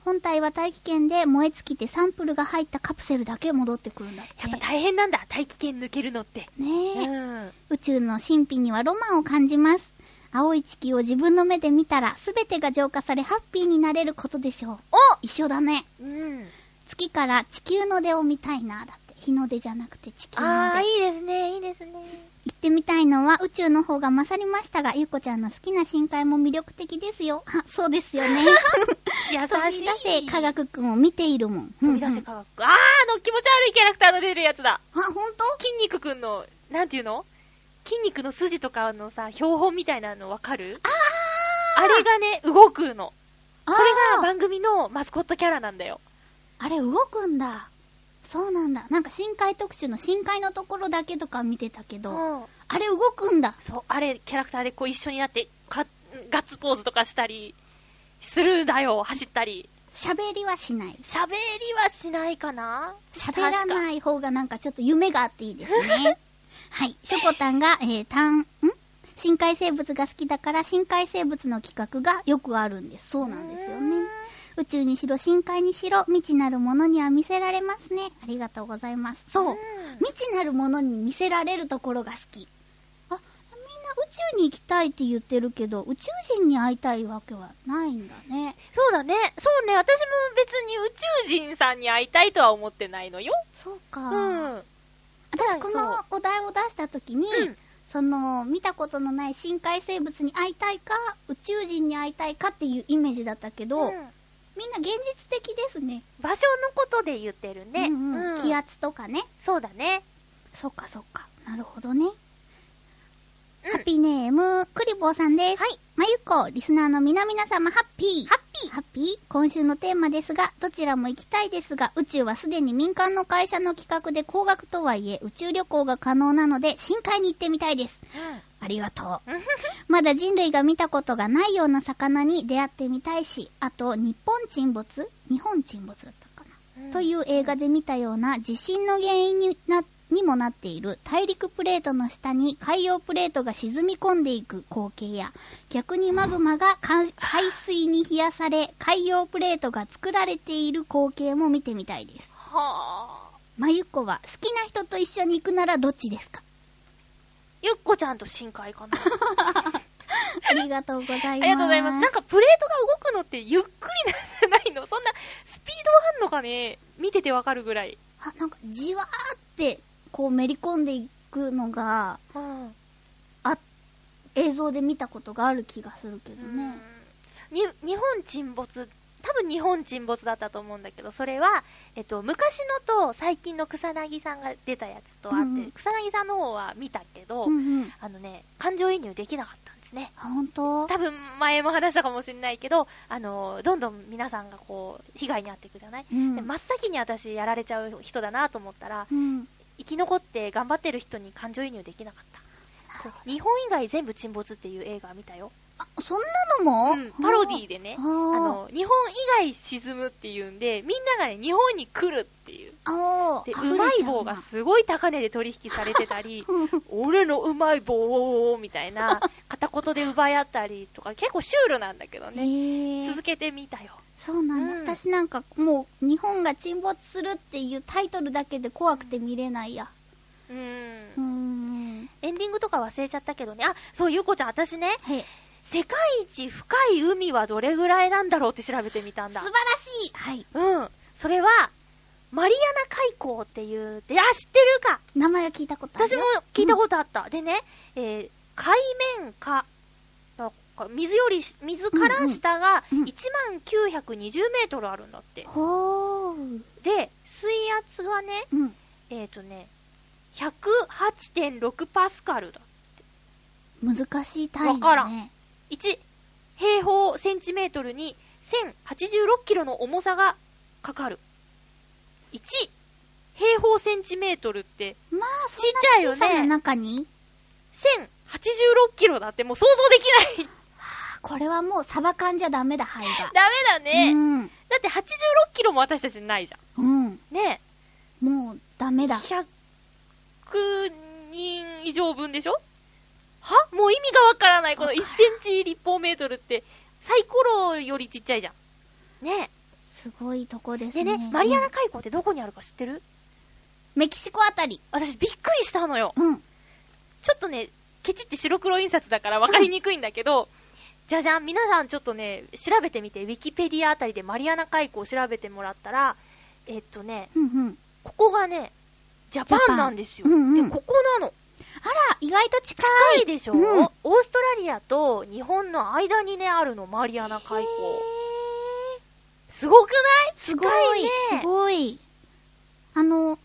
Speaker 1: 本体は大気圏で燃え尽きてサンプルが入ったカプセルだけ戻ってくるんだっ
Speaker 3: や
Speaker 1: て。
Speaker 3: っぱ大変なんだ。大気圏抜けるのって。
Speaker 1: ねえ。
Speaker 3: うん。
Speaker 1: 宇宙の神秘にはロマンを感じます。青い地球を自分の目で見たら、すべてが浄化されハッピーになれることでしょう。お一緒だね。
Speaker 3: うん。
Speaker 1: 月から地球の出を見たいな。だって、日の出じゃなくて地球の
Speaker 3: ああ、
Speaker 1: 出。
Speaker 3: いいですね。いいですね。
Speaker 1: 行ってみたいのは宇宙の方が勝りましたが、ゆっこちゃんの好きな深海も魅力的ですよ。あ、そうですよ ね。
Speaker 3: 優
Speaker 1: 飛
Speaker 3: し
Speaker 1: び
Speaker 3: い。
Speaker 1: 出せ科学くんを見ているもん。
Speaker 3: 飛び出せ
Speaker 1: か。
Speaker 3: 科学。あー、あの気持ち悪いキャラクターの出るやつだ。
Speaker 1: あ、ほんと
Speaker 3: 筋肉くんの、なんていうの筋肉の筋とかのさ、標本みたいなのわかるあれがね、動くの。それが
Speaker 1: あー
Speaker 3: 番組のマスコットキャラなんだよ。
Speaker 1: あれ動くんだ。そうなんだ。なんか深海特集の深海のところだけとか見てたけど、
Speaker 3: うん
Speaker 1: あれ動くんだ。
Speaker 3: そう、あれ、キャラクターでこう一緒になって、かガッツポーズとかしたり、するんだよ、走ったり。
Speaker 1: 喋りはしない。
Speaker 3: 喋りはしないかな
Speaker 1: 喋ら
Speaker 3: 確か
Speaker 1: ない方がなんかちょっと夢があっていいですね。はい。しょこたんが、えー、たん、ん深海生物が好きだから深海生物の企画がよくあるんです。そうなんですよね。宇宙にしろ深海にしろ未知なるものには見せられますね。ありがとうございます。そう。未知なるものに見せられるところが好き。あ、みんな宇宙に行きたいって言ってるけど、宇宙人に会いたいわけはないんだね。
Speaker 3: そうだね。そうね。私も別に宇宙人さんに会いたいとは思ってないのよ。
Speaker 1: そうか。
Speaker 3: うん。
Speaker 1: 私このお題を出した時に、
Speaker 3: うん
Speaker 1: その見たことのない深海生物に会いたいか宇宙人に会いたいかっていうイメージだったけど、
Speaker 3: うん
Speaker 1: みんな現実的ですね
Speaker 3: 場所のことで言ってるね。
Speaker 1: うんうん
Speaker 3: うん
Speaker 1: 気圧とかね
Speaker 3: そうだね。
Speaker 1: そっかそっかなるほどね、ハッピーネームクリボーさんですはいまゆっこリスナーの皆々様ハッピー
Speaker 4: ハッピー
Speaker 1: ハッピー今週のテーマですが、どちらも行きたいですが、宇宙はすでに民間の会社の企画で高額とはいえ、宇宙旅行が可能なので、深海に行ってみたいです。ありがと う。まだ人類が見たことがないような魚に出会ってみたいし、あと、日本沈没日本沈没だったかな、という映画で見たような地震の原因になにもなっている大陸プレートの下に海洋プレートが沈み込んでいく光景や逆にマグマが海海水に冷やされ海洋プレートが作られている光景も見てみたいです
Speaker 3: はあ。
Speaker 1: まゆっこは好きな人と一緒に行くならどっちで すか
Speaker 3: ゆっこちゃんと深海かな。
Speaker 1: ありがとうございます
Speaker 3: ありがとうございます。なんかプレートが動くのってゆっくりなんじゃないのそんなスピードあんのかね見ててわかるぐらい。
Speaker 1: あなんかじわーってこうめり込んでいくのが
Speaker 3: うん。
Speaker 1: あ映像で見たことがある気がするけどね、
Speaker 3: に日本沈没多分日本沈没だったと思うんだけどそれは、えっと、昔のと最近の草薙さんが出たやつとあって、
Speaker 1: うんうん
Speaker 3: 草薙さんの方は見たけど、
Speaker 1: うんうん
Speaker 3: あのね感情移入できなかったんですね
Speaker 1: あ本当
Speaker 3: 多分前も話したかもしれないけどあのどんどん皆さんがこう被害に遭っていくじゃない、
Speaker 1: うん
Speaker 3: で真っ先に私やられちゃう人だなと思ったら
Speaker 1: うん
Speaker 3: 生き残って頑張ってる人に感情移入できなかったそう日本以外全部沈没っていう映画見たよ、
Speaker 1: あそんなのも、
Speaker 3: うんパロディーでね
Speaker 1: あ
Speaker 3: あ
Speaker 1: ー
Speaker 3: の日本以外沈むっていうんで、みんなが、ね、日本に来るっていう、
Speaker 1: あ
Speaker 3: で
Speaker 1: ー
Speaker 3: うまい棒がすごい高値で取引されてた り、俺のうまい棒をみたいな、片言で奪い合ったりとか、結構シュールなんだけど
Speaker 1: え
Speaker 3: ね、
Speaker 1: ー
Speaker 3: 続、けてみたよ、
Speaker 1: そうなの、
Speaker 3: うん
Speaker 1: 私なんかもう日本が沈没するっていうタイトルだけで怖くて見れないや
Speaker 3: うん、
Speaker 1: うーん
Speaker 3: エンディングとか忘れちゃったけどね、あそう、ゆうこちゃん、私ね、
Speaker 1: はい
Speaker 3: 世界一深い海はどれぐらいなんだろうって調べてみたん
Speaker 1: 素
Speaker 3: だ
Speaker 1: 晴ら。しいはい
Speaker 3: うん、それはマリアナ海溝っていう、であ、知ってるか
Speaker 1: 名前は聞いたことある
Speaker 3: 私も聞いたことあった。でね、えー海面下、なんか水よりし、水から下が
Speaker 1: うんうんうん
Speaker 3: 1920メートルあるんだって。
Speaker 1: とほー
Speaker 3: で、水圧がね、
Speaker 1: うん
Speaker 3: えっ、とね、108.6パスカルだ。
Speaker 1: 難しい単
Speaker 3: わ
Speaker 1: 位だね
Speaker 3: からん1平方センチメートルに1086キロの重さがかかる。1平方センチメートルって
Speaker 1: まあそ
Speaker 3: ちっちゃい
Speaker 1: んな
Speaker 3: よ
Speaker 1: 小
Speaker 3: ね
Speaker 1: さな中に、
Speaker 3: 1086キロだってもう想像できない。
Speaker 1: あこれはもうサバ缶じゃダメだ肺が
Speaker 3: ダメだね。
Speaker 1: うん
Speaker 3: だって86キロも私たちないじゃ
Speaker 1: うん
Speaker 3: ん。ね
Speaker 1: もうダメだ
Speaker 3: 100人以上分でしょはもう意味がわからない。この1センチ立方メートルって、サイコロよりちっちゃいじゃん。ね
Speaker 1: すごいとこです
Speaker 3: で
Speaker 1: ね
Speaker 3: ね、マリア
Speaker 1: う
Speaker 3: ナ
Speaker 1: ん
Speaker 3: 海溝ってどこにあるか知ってる
Speaker 1: メキシコあたり
Speaker 3: 私びっくりしたのよ。
Speaker 1: うん
Speaker 3: ちょっとね、ケチって白黒印刷だからわかりにくいんだけど、じゃじゃん、皆さんちょっとね、調べてみて、ウィキペディアあたりでマリアナ海溝を調べてもらったら、えっとね、
Speaker 1: うんうん
Speaker 3: ここがね、ジャパンなんですよ。
Speaker 1: ジャパンうんうん
Speaker 3: で、ここなの。
Speaker 1: あら意外と近い
Speaker 3: 近いでしょ、
Speaker 1: うん
Speaker 3: オーストラリアと日本の間にね、あるの、マリアナ海溝。すごくない
Speaker 1: すごい
Speaker 3: 近いね。
Speaker 1: すごい。あの、宇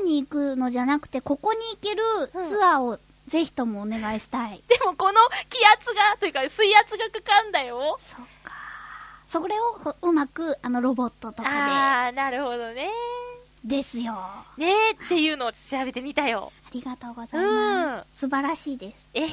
Speaker 1: 宙に行くのじゃなくて、ここに行けるツアーをぜひともお願いしたい。
Speaker 3: でもこの気圧が、というか水圧がかかんだよ。
Speaker 1: そうか。それをこううまく、あの、ロボットとか
Speaker 3: あー、なるほどね。
Speaker 1: で。ですよ。あ
Speaker 3: ねーっていうのを調べてみたよ。
Speaker 1: りがとうございます。素晴らしいです。
Speaker 3: えへ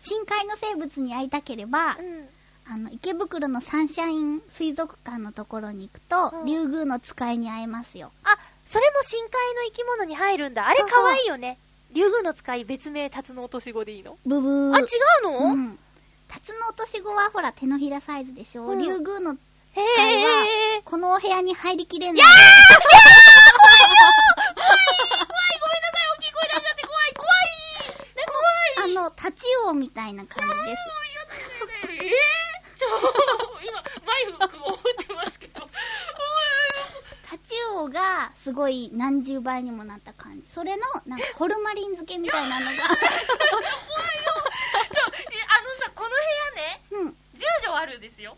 Speaker 1: 深海の生物に会いたければ、
Speaker 3: ん。
Speaker 1: あの、池袋のサンシャイン水族館のところに行くと、
Speaker 3: うん
Speaker 1: リュウグウの使いに会えますよ。
Speaker 3: あ、それも深海の生き物に入るんだ。あれ
Speaker 1: そうそう
Speaker 3: 可愛いよね。竜宮の使い別名辰の落とし子でいいの
Speaker 1: ブブー。
Speaker 3: あ、違うの、
Speaker 1: う、ん。タツノオトシゴはほら手のひらサイズでしょ、
Speaker 3: うん
Speaker 1: 竜宮の
Speaker 3: へ
Speaker 1: 使いは
Speaker 3: え。、
Speaker 1: このお部屋に入りきれない。
Speaker 3: 大きい声出しちゃって怖い怖
Speaker 1: あの、タチウオみたいな感じです。
Speaker 3: いえー、ちょ、今、マイクを振ってますけど。
Speaker 1: タチウオがすごい何十倍にもなった感じ。それの、なんかホルマリン漬けみたいなのが。
Speaker 3: えあのさ、この部屋ね、
Speaker 1: うん。
Speaker 3: 10畳あるんですよ。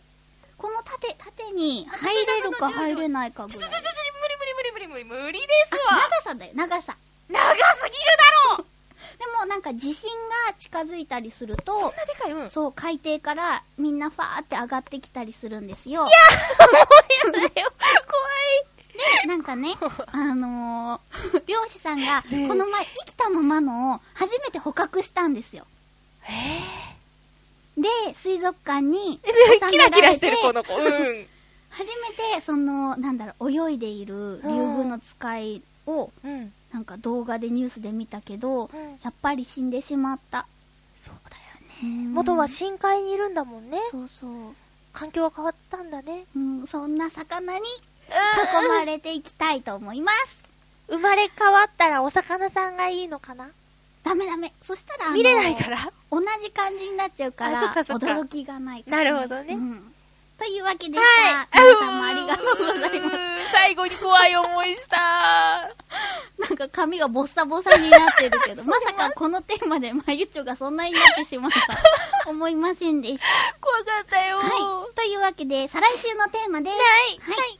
Speaker 1: この縦、縦に入れるか入れないかぐ
Speaker 3: ちょ
Speaker 1: ら
Speaker 3: ち
Speaker 1: い
Speaker 3: ょちょ、。ちょ無理無理無理無理無理無理で
Speaker 1: あ
Speaker 3: すわ。
Speaker 1: 長さだよ、長さ。
Speaker 3: 長すぎるだろ
Speaker 1: でもなんか地震が近づいたりすると、
Speaker 3: そんなでかいうん。
Speaker 1: そう、海底からみんなファーって上がってきたりするんですよ。
Speaker 3: もう やだよ。
Speaker 1: で、 なんかね、あの ー漁師さんが、
Speaker 3: ねえ
Speaker 1: この前生きたままのを初めて捕獲したんですよ。
Speaker 3: 怖い。え
Speaker 1: で、水族館に
Speaker 3: ー、キラキラしてるこの子。うん。
Speaker 1: 初めて、その、なんだろう、泳いでいる竜宮の使いを、
Speaker 3: うん。
Speaker 1: なんか動画でニュースで見たけど、
Speaker 3: うん
Speaker 1: やっぱり死んでしまった。
Speaker 3: そうだよね。
Speaker 1: 元
Speaker 3: 元は深海にいるんだもんね。
Speaker 1: そうそう。
Speaker 3: 環境は変わったんだね。
Speaker 1: うん、そんな魚に囲まれていきたいと思います。
Speaker 3: 生まれ変わったらお魚さんがいいのかな
Speaker 1: ダメダメ。そしたら、あの
Speaker 3: 見れないか。ら
Speaker 1: 同じ感じになっちゃうか
Speaker 3: あそ
Speaker 1: ら
Speaker 3: っ、かそっか
Speaker 1: 驚きがないから、
Speaker 3: なるほどね
Speaker 1: うんというわけでした。皆さんもありがとうござ います。
Speaker 3: す。最後に怖い思いした。
Speaker 1: なんか髪がボッサボサになってる けど、まさかこのテーマでまゆちょがそんなになってしまうとは思いませんで した。
Speaker 3: 怖かったよ。
Speaker 1: はい。というわけで、再来週のテーマです。
Speaker 3: はい
Speaker 1: はい。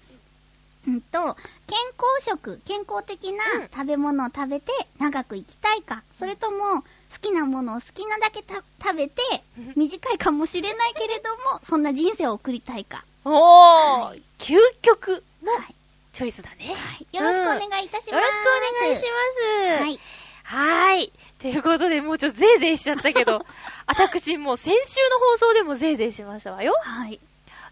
Speaker 1: うんと、健康食、健康的な
Speaker 3: うん
Speaker 1: 食べ物を食べて長く生きたいか、それとも好きなものを好きなだけた食べて
Speaker 3: うん
Speaker 1: 短いかもしれないけれども、そんな人生を送りたいか。
Speaker 3: おー、
Speaker 1: はい
Speaker 3: 究極の
Speaker 1: はい
Speaker 3: チョイスだね。
Speaker 1: はい。よろしくお願いいたします。
Speaker 3: よろしくお願いします。
Speaker 1: はい。
Speaker 3: はーい。ということで、もうちょっとゼーゼーしちゃったけ ど、私もう先週の放送でもゼーゼーしましたわよ。
Speaker 1: はい。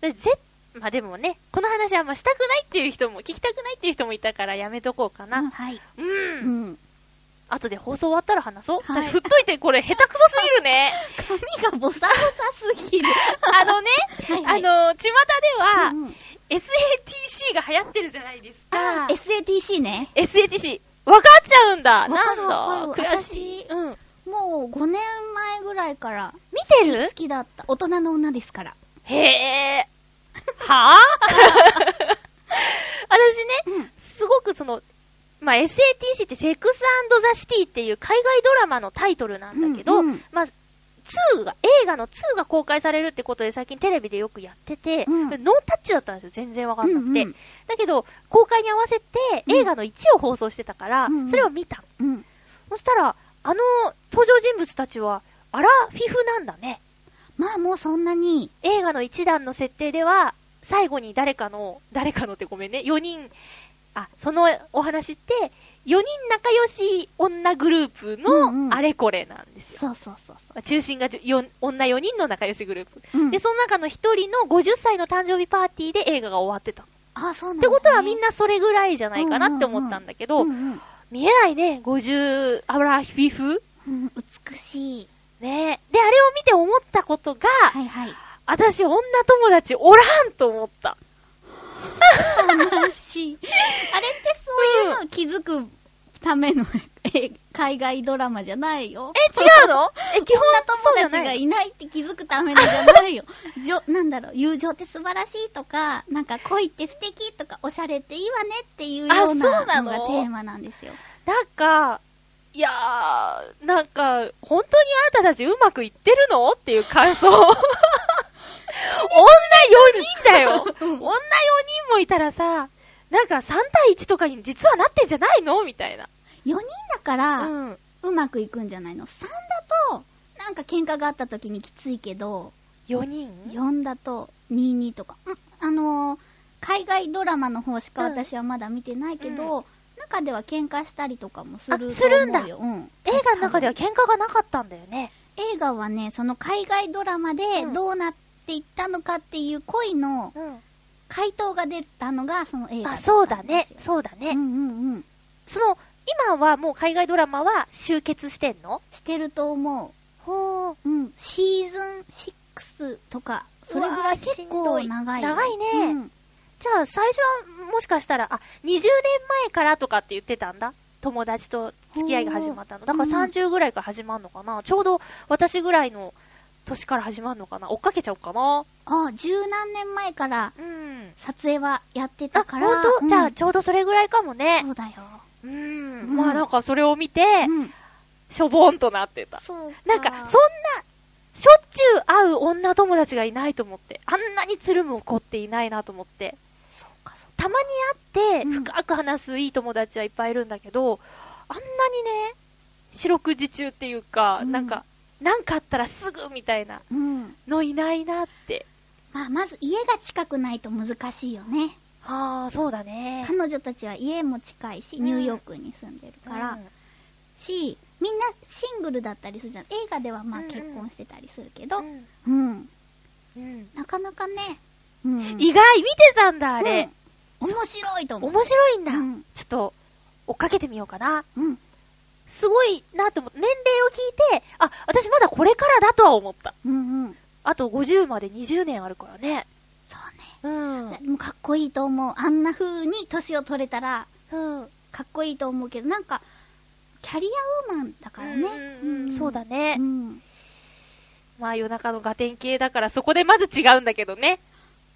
Speaker 3: でぜ、まあでもね、この話あんましたくないっていう人も、聞きたくないっていう人もいたからやめとこうか
Speaker 1: うん
Speaker 3: な。
Speaker 1: はい。
Speaker 3: うん。
Speaker 1: うん。
Speaker 3: 後で放送終わったら話そう。
Speaker 1: はい
Speaker 3: 私振っといて、これ下手くそすぎるね。
Speaker 1: 髪がボサボサすぎる。
Speaker 3: あのね、
Speaker 1: はいはい
Speaker 3: あの、巷では、
Speaker 1: うん
Speaker 3: SATC が流行ってるじゃないです
Speaker 1: あ
Speaker 3: か。
Speaker 1: ー SATC ね。
Speaker 3: SATC、分かっちゃうんだ。
Speaker 1: わかる
Speaker 3: な
Speaker 1: わ
Speaker 3: ん
Speaker 1: かる
Speaker 3: だ。悔しい。
Speaker 1: 私
Speaker 3: うん。
Speaker 1: もう5年前ぐらいから
Speaker 3: 見て
Speaker 1: 好
Speaker 3: る
Speaker 1: きだった。大人の女ですから。
Speaker 3: へえ。 はぁ私
Speaker 1: う
Speaker 3: ね
Speaker 1: ん、
Speaker 3: すごくその、まあ、SATC ってセックスザ・シティっていう海外ドラマのタイトルなんだけど、
Speaker 1: うんうん
Speaker 3: まあ、2が、映画の2が公開されるってことで最近テレビでよくやってて、
Speaker 1: うん
Speaker 3: ノータッチだったんですよ、全然わかんなくて。
Speaker 1: うんうん
Speaker 3: だけど、公開に合わせて
Speaker 1: ん
Speaker 3: 映画の1を放送してたから、
Speaker 1: うんうん
Speaker 3: それを見た。
Speaker 1: うん。
Speaker 3: そしたら、あの登場人物たちは、アラフィフなんだね。
Speaker 1: まあもうそんなに、
Speaker 3: 映画の一段の設定では、最後に誰かの、誰かのってごめんね、4人、あ、そのお話って、4人仲良し女グループ
Speaker 1: うんうん
Speaker 3: のあれこれなんですよ。
Speaker 1: そうそうそうそ
Speaker 3: まあ中心がじゅよ女4人の仲良しグループ。
Speaker 1: う。うん
Speaker 3: で、その中の1人の50歳の誕生日パーティーで映画が終わってた。っ
Speaker 1: あ、そうなん
Speaker 3: てことはみん
Speaker 1: な、
Speaker 3: なそれぐらいじゃないかなって思ったんだけど
Speaker 1: う、んうん
Speaker 3: 見えないね、50、アラフィフ。
Speaker 1: うん、美しい。
Speaker 3: ねで、あれを見て思ったことが、
Speaker 1: はいはい。
Speaker 3: 私女友達おらんと思った。
Speaker 1: 悲しい。あれってそういうのを気づくための、え海外ドラマじゃないよ。
Speaker 3: え、違うの え、基本そうじ
Speaker 1: 女
Speaker 3: ゃ
Speaker 1: 友達
Speaker 3: な
Speaker 1: が
Speaker 3: い
Speaker 1: いないって気づくためのじゃないよ。じょ、なんだろう、友情って素晴らしいとか、なんか恋って素敵とか、おしゃれっていいわねっていうよう
Speaker 3: あ
Speaker 1: な
Speaker 3: そうな
Speaker 1: の
Speaker 3: の
Speaker 1: がテーマなんですよ。
Speaker 3: なんか、いやー、なんか、本当にあなたたちうまくいってるのっていう感 想。女4人だ よ。女4人もいたらさ、なんか3対1とかに実はなってんじゃないのみたいな。
Speaker 1: 4人だから、
Speaker 3: うん。
Speaker 1: うまくいくんじゃないの ?3 だと、なんか喧嘩があった時にきついけど、
Speaker 3: 4人
Speaker 1: 4だと22とか、うん、あのー海外ドラマの方しか私はまだ見てないけど、中では喧嘩したりとかもする
Speaker 3: あ
Speaker 1: と
Speaker 3: す
Speaker 1: 思うよ。
Speaker 3: るんだ
Speaker 1: うん、
Speaker 3: 映画の中では喧嘩がなかったんだよね。
Speaker 1: 映画はね、その海外ドラマで
Speaker 3: うん
Speaker 1: どうなっていったのかっていう恋の
Speaker 3: うん。
Speaker 1: 回答が出たのがその映
Speaker 3: あ、
Speaker 1: 画ったん
Speaker 3: そう
Speaker 1: ですよ
Speaker 3: だね。そうだね。
Speaker 1: うんうんうん。
Speaker 3: その、今はもう海外ドラマは集結してんの
Speaker 1: してると思
Speaker 3: ほう。
Speaker 1: う。うん。シーズン6とか、それぐらい結
Speaker 3: うわ
Speaker 1: 構
Speaker 3: ーしんどい
Speaker 1: 長い。
Speaker 3: 長いね
Speaker 1: うん。
Speaker 3: じゃあ最初はもしかしたら、あ、20年前からとかって言ってたんだ。友達と付き合いが始まったの。だから
Speaker 1: うん
Speaker 3: 30ぐらいから始まるのかな。ちょうど私ぐらいの年から始まるのかな。追っかけちゃおうかな。
Speaker 1: あ、十何年前から
Speaker 3: うん。
Speaker 1: 撮影はやって
Speaker 3: あ、
Speaker 1: たから。
Speaker 3: 本当、
Speaker 1: うん
Speaker 3: じゃあちょうどそれぐらいかもね
Speaker 1: そ。うだよ。
Speaker 3: うん。
Speaker 1: うん
Speaker 3: まあなんかそれを見て、
Speaker 1: うん。
Speaker 3: しょぼんとなってた。
Speaker 1: そう
Speaker 3: なんか、そんな、しょっちゅう会う女友達がいないと思って、あんなにつるむ子っていないなと思って、
Speaker 1: そうか、そう
Speaker 3: たまに会って、
Speaker 1: うん
Speaker 3: 深く話すいい友達はいっぱいいるんだけど、あんなにね、四六時中っていうか、
Speaker 1: うん
Speaker 3: なんか、なんかあったらすぐみたいな
Speaker 1: か。うん。
Speaker 3: のいないなって。
Speaker 1: まあ、まず家が近くないと難しいよね。
Speaker 3: ああ、そうだね。
Speaker 1: 彼女たちは家も近いし、
Speaker 3: うん
Speaker 1: ニューヨークに住んでるから、し、みんなシングルだったりするじゃん。映画ではまあ
Speaker 3: うんうん
Speaker 1: 結婚してたりする
Speaker 3: う
Speaker 1: けど、
Speaker 3: ん、
Speaker 1: うん。
Speaker 3: うん。
Speaker 1: なかなかね、うん。
Speaker 3: 意外見てたんだ、あ
Speaker 1: あ
Speaker 3: れ。、
Speaker 1: 面白いと思う。
Speaker 3: 面白いんだ。
Speaker 1: うん
Speaker 3: ちょっと、追っかけてみようかな。
Speaker 1: うん。
Speaker 3: すごいなと思って、年齢を聞いて、あ、私まだこれからだとは思った。
Speaker 1: うんうん。
Speaker 3: あと50まで20年あるからね。
Speaker 1: そう
Speaker 3: う
Speaker 1: ね。
Speaker 3: ん。うん。
Speaker 1: でもかっこいいと思う。あんな風に年を取れたら、かっこいいと思うけど、なんか、キャリアウーマンだからね。
Speaker 3: うんそうだね。
Speaker 1: うん。
Speaker 3: まあ夜中のガテン系だからそこでまず違うんだけどね。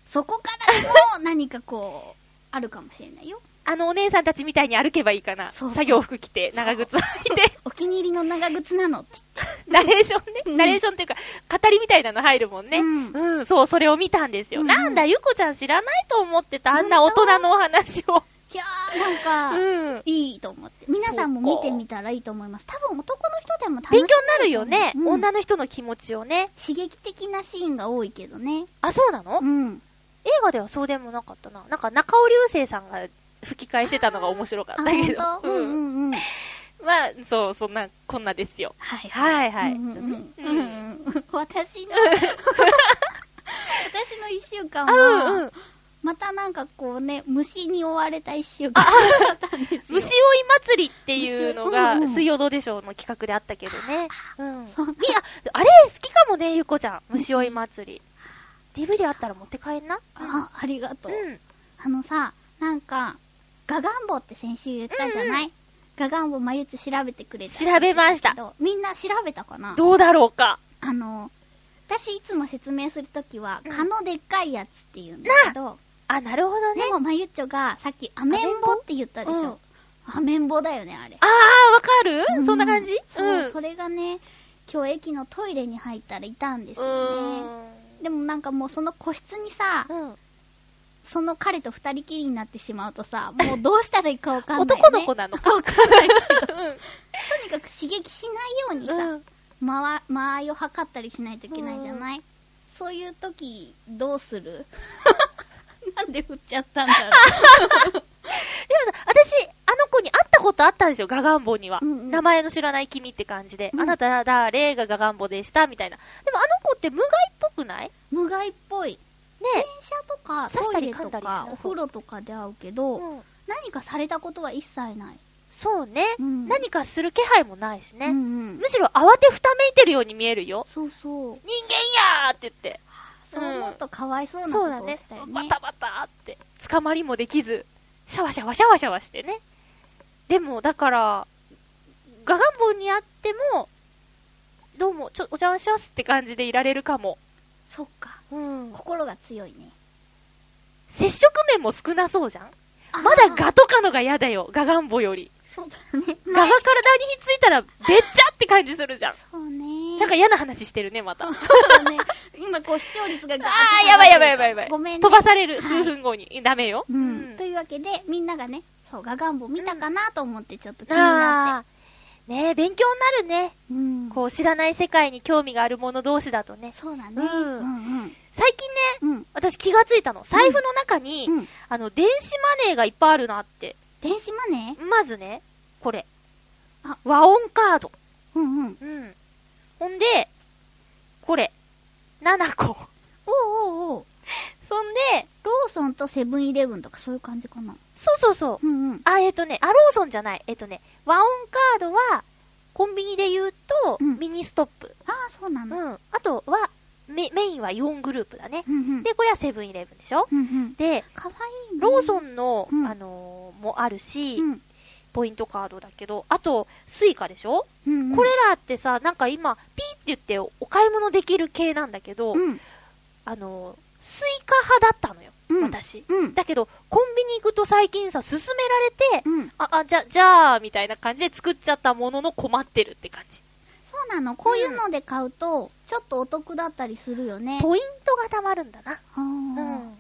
Speaker 1: そこからでも何かこう、あるかもしれないよ。
Speaker 3: あのお姉さんたちみたいに歩けばいいかな。
Speaker 1: そうそう
Speaker 3: 作業服着て、長靴履いて、
Speaker 1: お気に入りの長靴なのって言って。
Speaker 3: ナレーションね、
Speaker 1: うん
Speaker 3: ナレーションっていうか、語りみたいなの入るもんね。
Speaker 1: うん
Speaker 3: うん、そう、それを見たんですよ。
Speaker 1: うんうん
Speaker 3: なんだ、ゆこちゃん知らないと思ってた、あんな大人のお話を。
Speaker 1: いやー、なんか、
Speaker 3: うん。
Speaker 1: いいと思って。皆さんも見てみたらいいと思います。多分男の人でも楽しめ
Speaker 3: 勉
Speaker 1: る
Speaker 3: 強になるよね、
Speaker 1: うん
Speaker 3: 女の人の気持ちをね。
Speaker 1: 刺激的なシーンが多いけどね。
Speaker 3: あ、そうなの、
Speaker 1: うん。
Speaker 3: 映画ではそうでもなかったな。なんか中尾流星さんが吹き返してたのが面白か
Speaker 1: あ、
Speaker 3: ったけど。
Speaker 1: ほんと
Speaker 3: ん。
Speaker 1: うんうんうん。は
Speaker 3: まあ、そう、そんな、こんなですよ。
Speaker 1: い
Speaker 3: はいはい。
Speaker 1: うんうんうん
Speaker 3: う
Speaker 1: うんんうん 私の、 私の一週間
Speaker 3: あうんう
Speaker 1: は
Speaker 3: ん、。
Speaker 1: またなんかこうね、虫に追われた一週間だったんですよ。
Speaker 3: 虫追い祭りっていうの
Speaker 1: 虫追いうんう
Speaker 3: が、
Speaker 1: ん
Speaker 3: 水曜どうでしょうの企画であったけどね。うん。み
Speaker 1: そう
Speaker 3: あ、あれ好きかもね、ゆこちゃん。虫追い祭り。DVD あったら持って帰んな。
Speaker 1: あ、ありが
Speaker 3: う
Speaker 1: とう。
Speaker 3: ん。
Speaker 1: あのさ、なんか、ガガンボって先週言ったじゃない、ガガンボ眉内調べてくれた。
Speaker 3: 調べました。
Speaker 1: みんな調べたかな
Speaker 3: どうだろうか。
Speaker 1: あの、私いつも説明するときは、
Speaker 3: うん
Speaker 1: 蚊のでっかいやつって言うんだけど、
Speaker 3: あ、なるほどね
Speaker 1: で。もまゆっちょがさっきアメンボって言ったでしょ。アメンボだよね、あれ。
Speaker 3: あー、わかる、
Speaker 1: うん
Speaker 3: そんな感じ
Speaker 1: そう、
Speaker 3: ん
Speaker 1: それがね、今日駅のトイレに入ったらいたんですよね。
Speaker 3: う
Speaker 1: でもなんかもうその個室にさ、
Speaker 3: ん。
Speaker 1: その彼と二人きりになってしまうとさ、もうどうしたらいいかわかんない、ね。
Speaker 3: 男の子なのか。
Speaker 1: わかんないけど、とにかく刺激しないようにさ、
Speaker 3: うん
Speaker 1: 間は間合いを測ったりしないといけないじゃない、そういう時どうする なんで振っちゃったんだろ
Speaker 3: でもさ、私、あの子に会ったことあったんですよ、ガガンボには。
Speaker 1: うんうん
Speaker 3: 名前の知らない君って感じで。
Speaker 1: うん
Speaker 3: あなた誰がガガンボでしたみたいな。でもあの子って無害っぽくないう
Speaker 1: 無害っぽい
Speaker 3: ね
Speaker 1: 電車とか
Speaker 3: 刺し
Speaker 1: ト
Speaker 3: た
Speaker 1: イ
Speaker 3: り
Speaker 1: レと
Speaker 3: 噛んだりしな
Speaker 1: か
Speaker 3: そう
Speaker 1: お風呂とかで会うけど、
Speaker 3: うん
Speaker 1: 何かされたことは一切ない、
Speaker 3: そうね、
Speaker 1: うん
Speaker 3: 何かする気配もないしね。
Speaker 1: うんうん
Speaker 3: むしろ慌てふためいてるように見えるよ。
Speaker 1: そうそう
Speaker 3: 人間やーって言って。
Speaker 1: そう思うとかわいそうな
Speaker 3: そうだ
Speaker 1: ことを
Speaker 3: ね
Speaker 1: したよ。
Speaker 3: バ
Speaker 1: ね
Speaker 3: タバタって。捕まりもできず、シャワシャワシャワシャワしてね。でも、だから、ガガンボにあっても、どうも、ちょ、お邪魔しますって感じでいられるかも。
Speaker 1: そっか
Speaker 3: うん。
Speaker 1: 心が強いね
Speaker 3: 接触面も少なそうじゃん
Speaker 1: あー
Speaker 3: まだガとかのが嫌だよ、ガガンボより。
Speaker 1: そうだね
Speaker 3: ガが体にひっついたら、べっちゃって感じするじゃん。
Speaker 1: そうね
Speaker 3: なんか嫌な話してるね、また。あ
Speaker 1: そうね今こう視聴率がガーッと
Speaker 3: あー、
Speaker 1: 下
Speaker 3: や
Speaker 1: が
Speaker 3: ばい
Speaker 1: って
Speaker 3: や
Speaker 1: る
Speaker 3: ばいやばいやばい。
Speaker 1: ごめんね
Speaker 3: 飛ばされる、
Speaker 1: はい
Speaker 3: 数分後に。ダメよ。
Speaker 1: う
Speaker 3: うんん
Speaker 1: というわけで、みんながね、そう、ガガンボ見たかなと思って、ちょっと気になっ
Speaker 3: あー。ねえ、勉強になるね。
Speaker 1: て。うん。
Speaker 3: こう知らない世界に興味がある者同士だとね。
Speaker 1: そうだね。
Speaker 3: う
Speaker 1: うんんうん。
Speaker 3: 最近ね、
Speaker 1: うん。
Speaker 3: 私気がついたの。財布の中に、
Speaker 1: うん。
Speaker 3: あの、電子マネーがいっぱいあるなって。
Speaker 1: 電子マネー
Speaker 3: まずね、これ
Speaker 1: あ。
Speaker 3: 和音カード。
Speaker 1: うんうん。
Speaker 3: うん。ほんで、これ。7個。
Speaker 1: おうおうおう。
Speaker 3: そんで、
Speaker 1: ローソンとセブンイレブンとかそういう感じかな。
Speaker 3: そうそうそう。
Speaker 1: うんうん。
Speaker 3: あ、えっ、とね、あ、ローソンじゃない。えっ、とね、和音カードは、コンビニで言うと、
Speaker 1: うん
Speaker 3: ミニストップ。
Speaker 1: ああ、そうなん
Speaker 3: う
Speaker 1: だ。
Speaker 3: ん。あとは、メメインはイオングループだね。
Speaker 1: うんうん。
Speaker 3: で、これはセブンイレブンでしょ
Speaker 1: うんうん。
Speaker 3: で、
Speaker 1: かわいいね。
Speaker 3: ローソンの、
Speaker 1: うん
Speaker 3: あのーもあるし、
Speaker 1: うん。
Speaker 3: ポイントカードだけど、あと、スイカでしょ、
Speaker 1: うんうん。
Speaker 3: これらってさ、なんか今、ピーって言ってお買い物できる系なんだけど、
Speaker 1: うん。
Speaker 3: あのースイカ派だったのよ、
Speaker 1: うん
Speaker 3: 私。
Speaker 1: うん。
Speaker 3: だけど、コンビニ行くと最近さ、勧められて、
Speaker 1: うん。
Speaker 3: あ、あ、じゃ、じゃあ、みたいな感じで作っちゃったものの困ってるって感じ。
Speaker 1: そうなの。こういうので買うと、ちょっとお得だったりするよね。
Speaker 3: ポイントが貯まるんだな。
Speaker 1: はー
Speaker 3: ん。